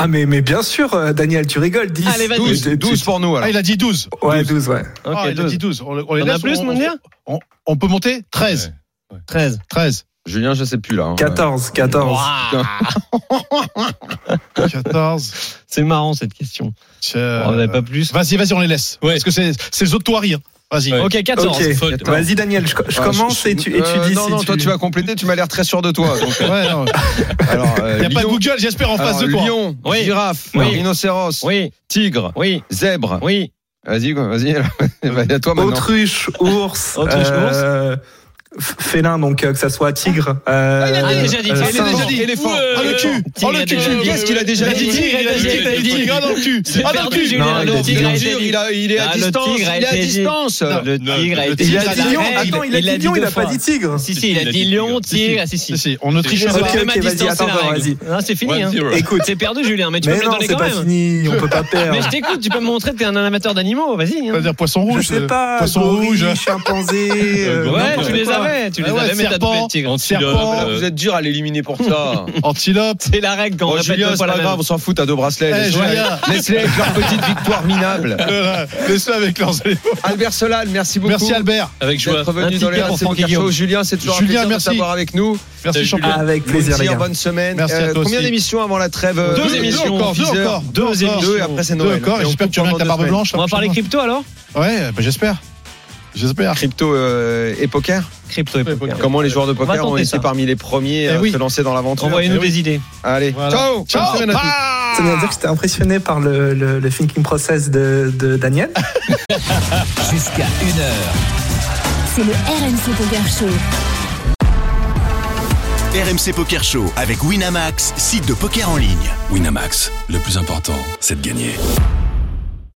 Ah, mais, mais bien sûr, euh, Daniel, tu rigoles. 10.
Allez, vas-y.
12,
Tu- tu-
12 pour nous
Ah,
alors.
il a dit 12.
Ouais, 12, ouais.
Ok,
ah, il a
12.
dit 12. On, le- on les
T'en as
laisse,
plus,
on-
Moundir
on, on- on peut monter 13.
Ouais.
13.
13.
Julien, je sais plus là. hein.
14, 14.
Ouah,
14.
c'est marrant cette question.
Tiens. euh,
On n'en avait pas plus.
Vas-y, vas-y, on les laisse. Parce que c'est c'est les autres toiries. hein. Vas-y.
Ouais.
Ok, 14.
Ok,
faute.
vas-y Daniel, je, je
Ouais,
commence
Ah, je-
et tu, et tu
Euh,
dis
Non,
si
non, toi tu vas compléter, tu m'as l'air très sûr de toi. Donc, euh,
Ouais, non.
alors, euh,
Il n'y a pas de
lion,
Google, j'espère, en face
alors,
de toi.
lion,
Oui.
girafe,
Oui.
rhinocéros,
Oui,
tigre,
oui,
zèbre.
oui.
Vas-y, quoi, vas-y. alors. Bah, Vas-y, à toi maintenant.
Autruche, ours,
Autruche,
euh, f- félin, donc euh, que ça soit tigre. euh,
Ah, il a déjà dit,
euh,
il a
singe.
déjà dit.
Éléphant.
Ah, le cul
Tigre,
Oh,
Ah, le
il a
cul
déjà dit.
Qu'est-ce qu'il a déjà
Il a dit
dit
tigre, il a dit
Il a
tigre,
dit
il a dit tigre, ah, dans le cul Ah, dans le
perdu,
cul
Julien.
Non, il a
Le
dit
tigre a
lion.
été dit.
Il a- il est à
Ah, le
distance.
tigre a
Il est à
été dit.
distance.
Le tigre a été
Il
dit.
a dit lion, attends, il a dit lion, il a
deux fois.
pas dit tigre.
Si, si, il a dit lion, tigre. ah, Si, si.
Si, si, on ne triche
Ok,
C'est
pas.
pas même à
ok, vas-y,
distance, c'est la
attends,
règle.
vas-y.
Non, C'est fini. hein.
1-0.
Écoute,
T'es perdu, Julien, mais tu peux
mais
me le
non,
donner
c'est
quand
pas
même.
fini, on peut pas
Mais je
perdre.
t'écoute, tu peux me montrer que t'es un amateur d'animaux, vas-y. hein.
C'est-à-dire poisson
Je
rouge. euh,
sais pas,
Poisson
gorille,
rouge. euh,
chimpanzé, euh,
Ouais,
Ouais,
n'importe
tu les
quoi.
avais, tu les
Ah ouais,
avais, mais t'as
serpent.
doublé le tigre.
Ah,
Serpent,
Vous êtes dur à l'éliminer pour ça.
antilope.
C'est la règle quand on
Bon,
répète
Julien,
deux
c'est
fois la
Oh, pas
même.
grave, on s'en fout, t'as deux bracelets.
Eh,
Laisse-les-
Julien.
Laisse-les avec leur petite victoire minable.
Voilà, Laisse-le avec leurs
Albert Solal, merci beaucoup.
Merci Albert.
Avec joie.
d'être
Un
venu
petit
dans les
cœur pour
RMC
Franck et
Poker Show.
Guillaume.
Julien, c'est toujours
Julien,
un plaisir
merci.
de t'avoir avec nous.
Merci
Salut,
champion.
Avec plaisir, les
Plaisir,
gars.
bonne semaine. Euh,
Merci à toi
combien
aussi.
d'émissions avant la trêve euh,
Deux émissions,
encore, deux
teaser,
encore.
deux
deux
émissions.
encore.
Deux et après c'est Noël.
Deux encore,
Et
et
on
j'espère que tu
coupe
viens avec ta
pendant
barbe
deux
blanche.
On va parler
prochainement.
crypto alors
Ouais, bah, j'espère. J'espère.
Crypto euh, et poker.
Crypto et poker.
Comment les joueurs de poker
tenter
ont été
ça.
parmi les premiers
Eh
à
oui.
se lancer dans l'aventure.
Envoyez-nous
Eh oui.
des idées.
Allez,
Voilà.
ciao.
Ciao.
Bonne semaine à tous.
Ça veut dire que j'étais impressionné par le, le- le thinking process de, de Daniel.
Jusqu'à 1h.
C'est le RMC Poker Show.
RMC Poker Show avec Winamax, site de poker en ligne.
Winamax, le plus important, c'est de gagner.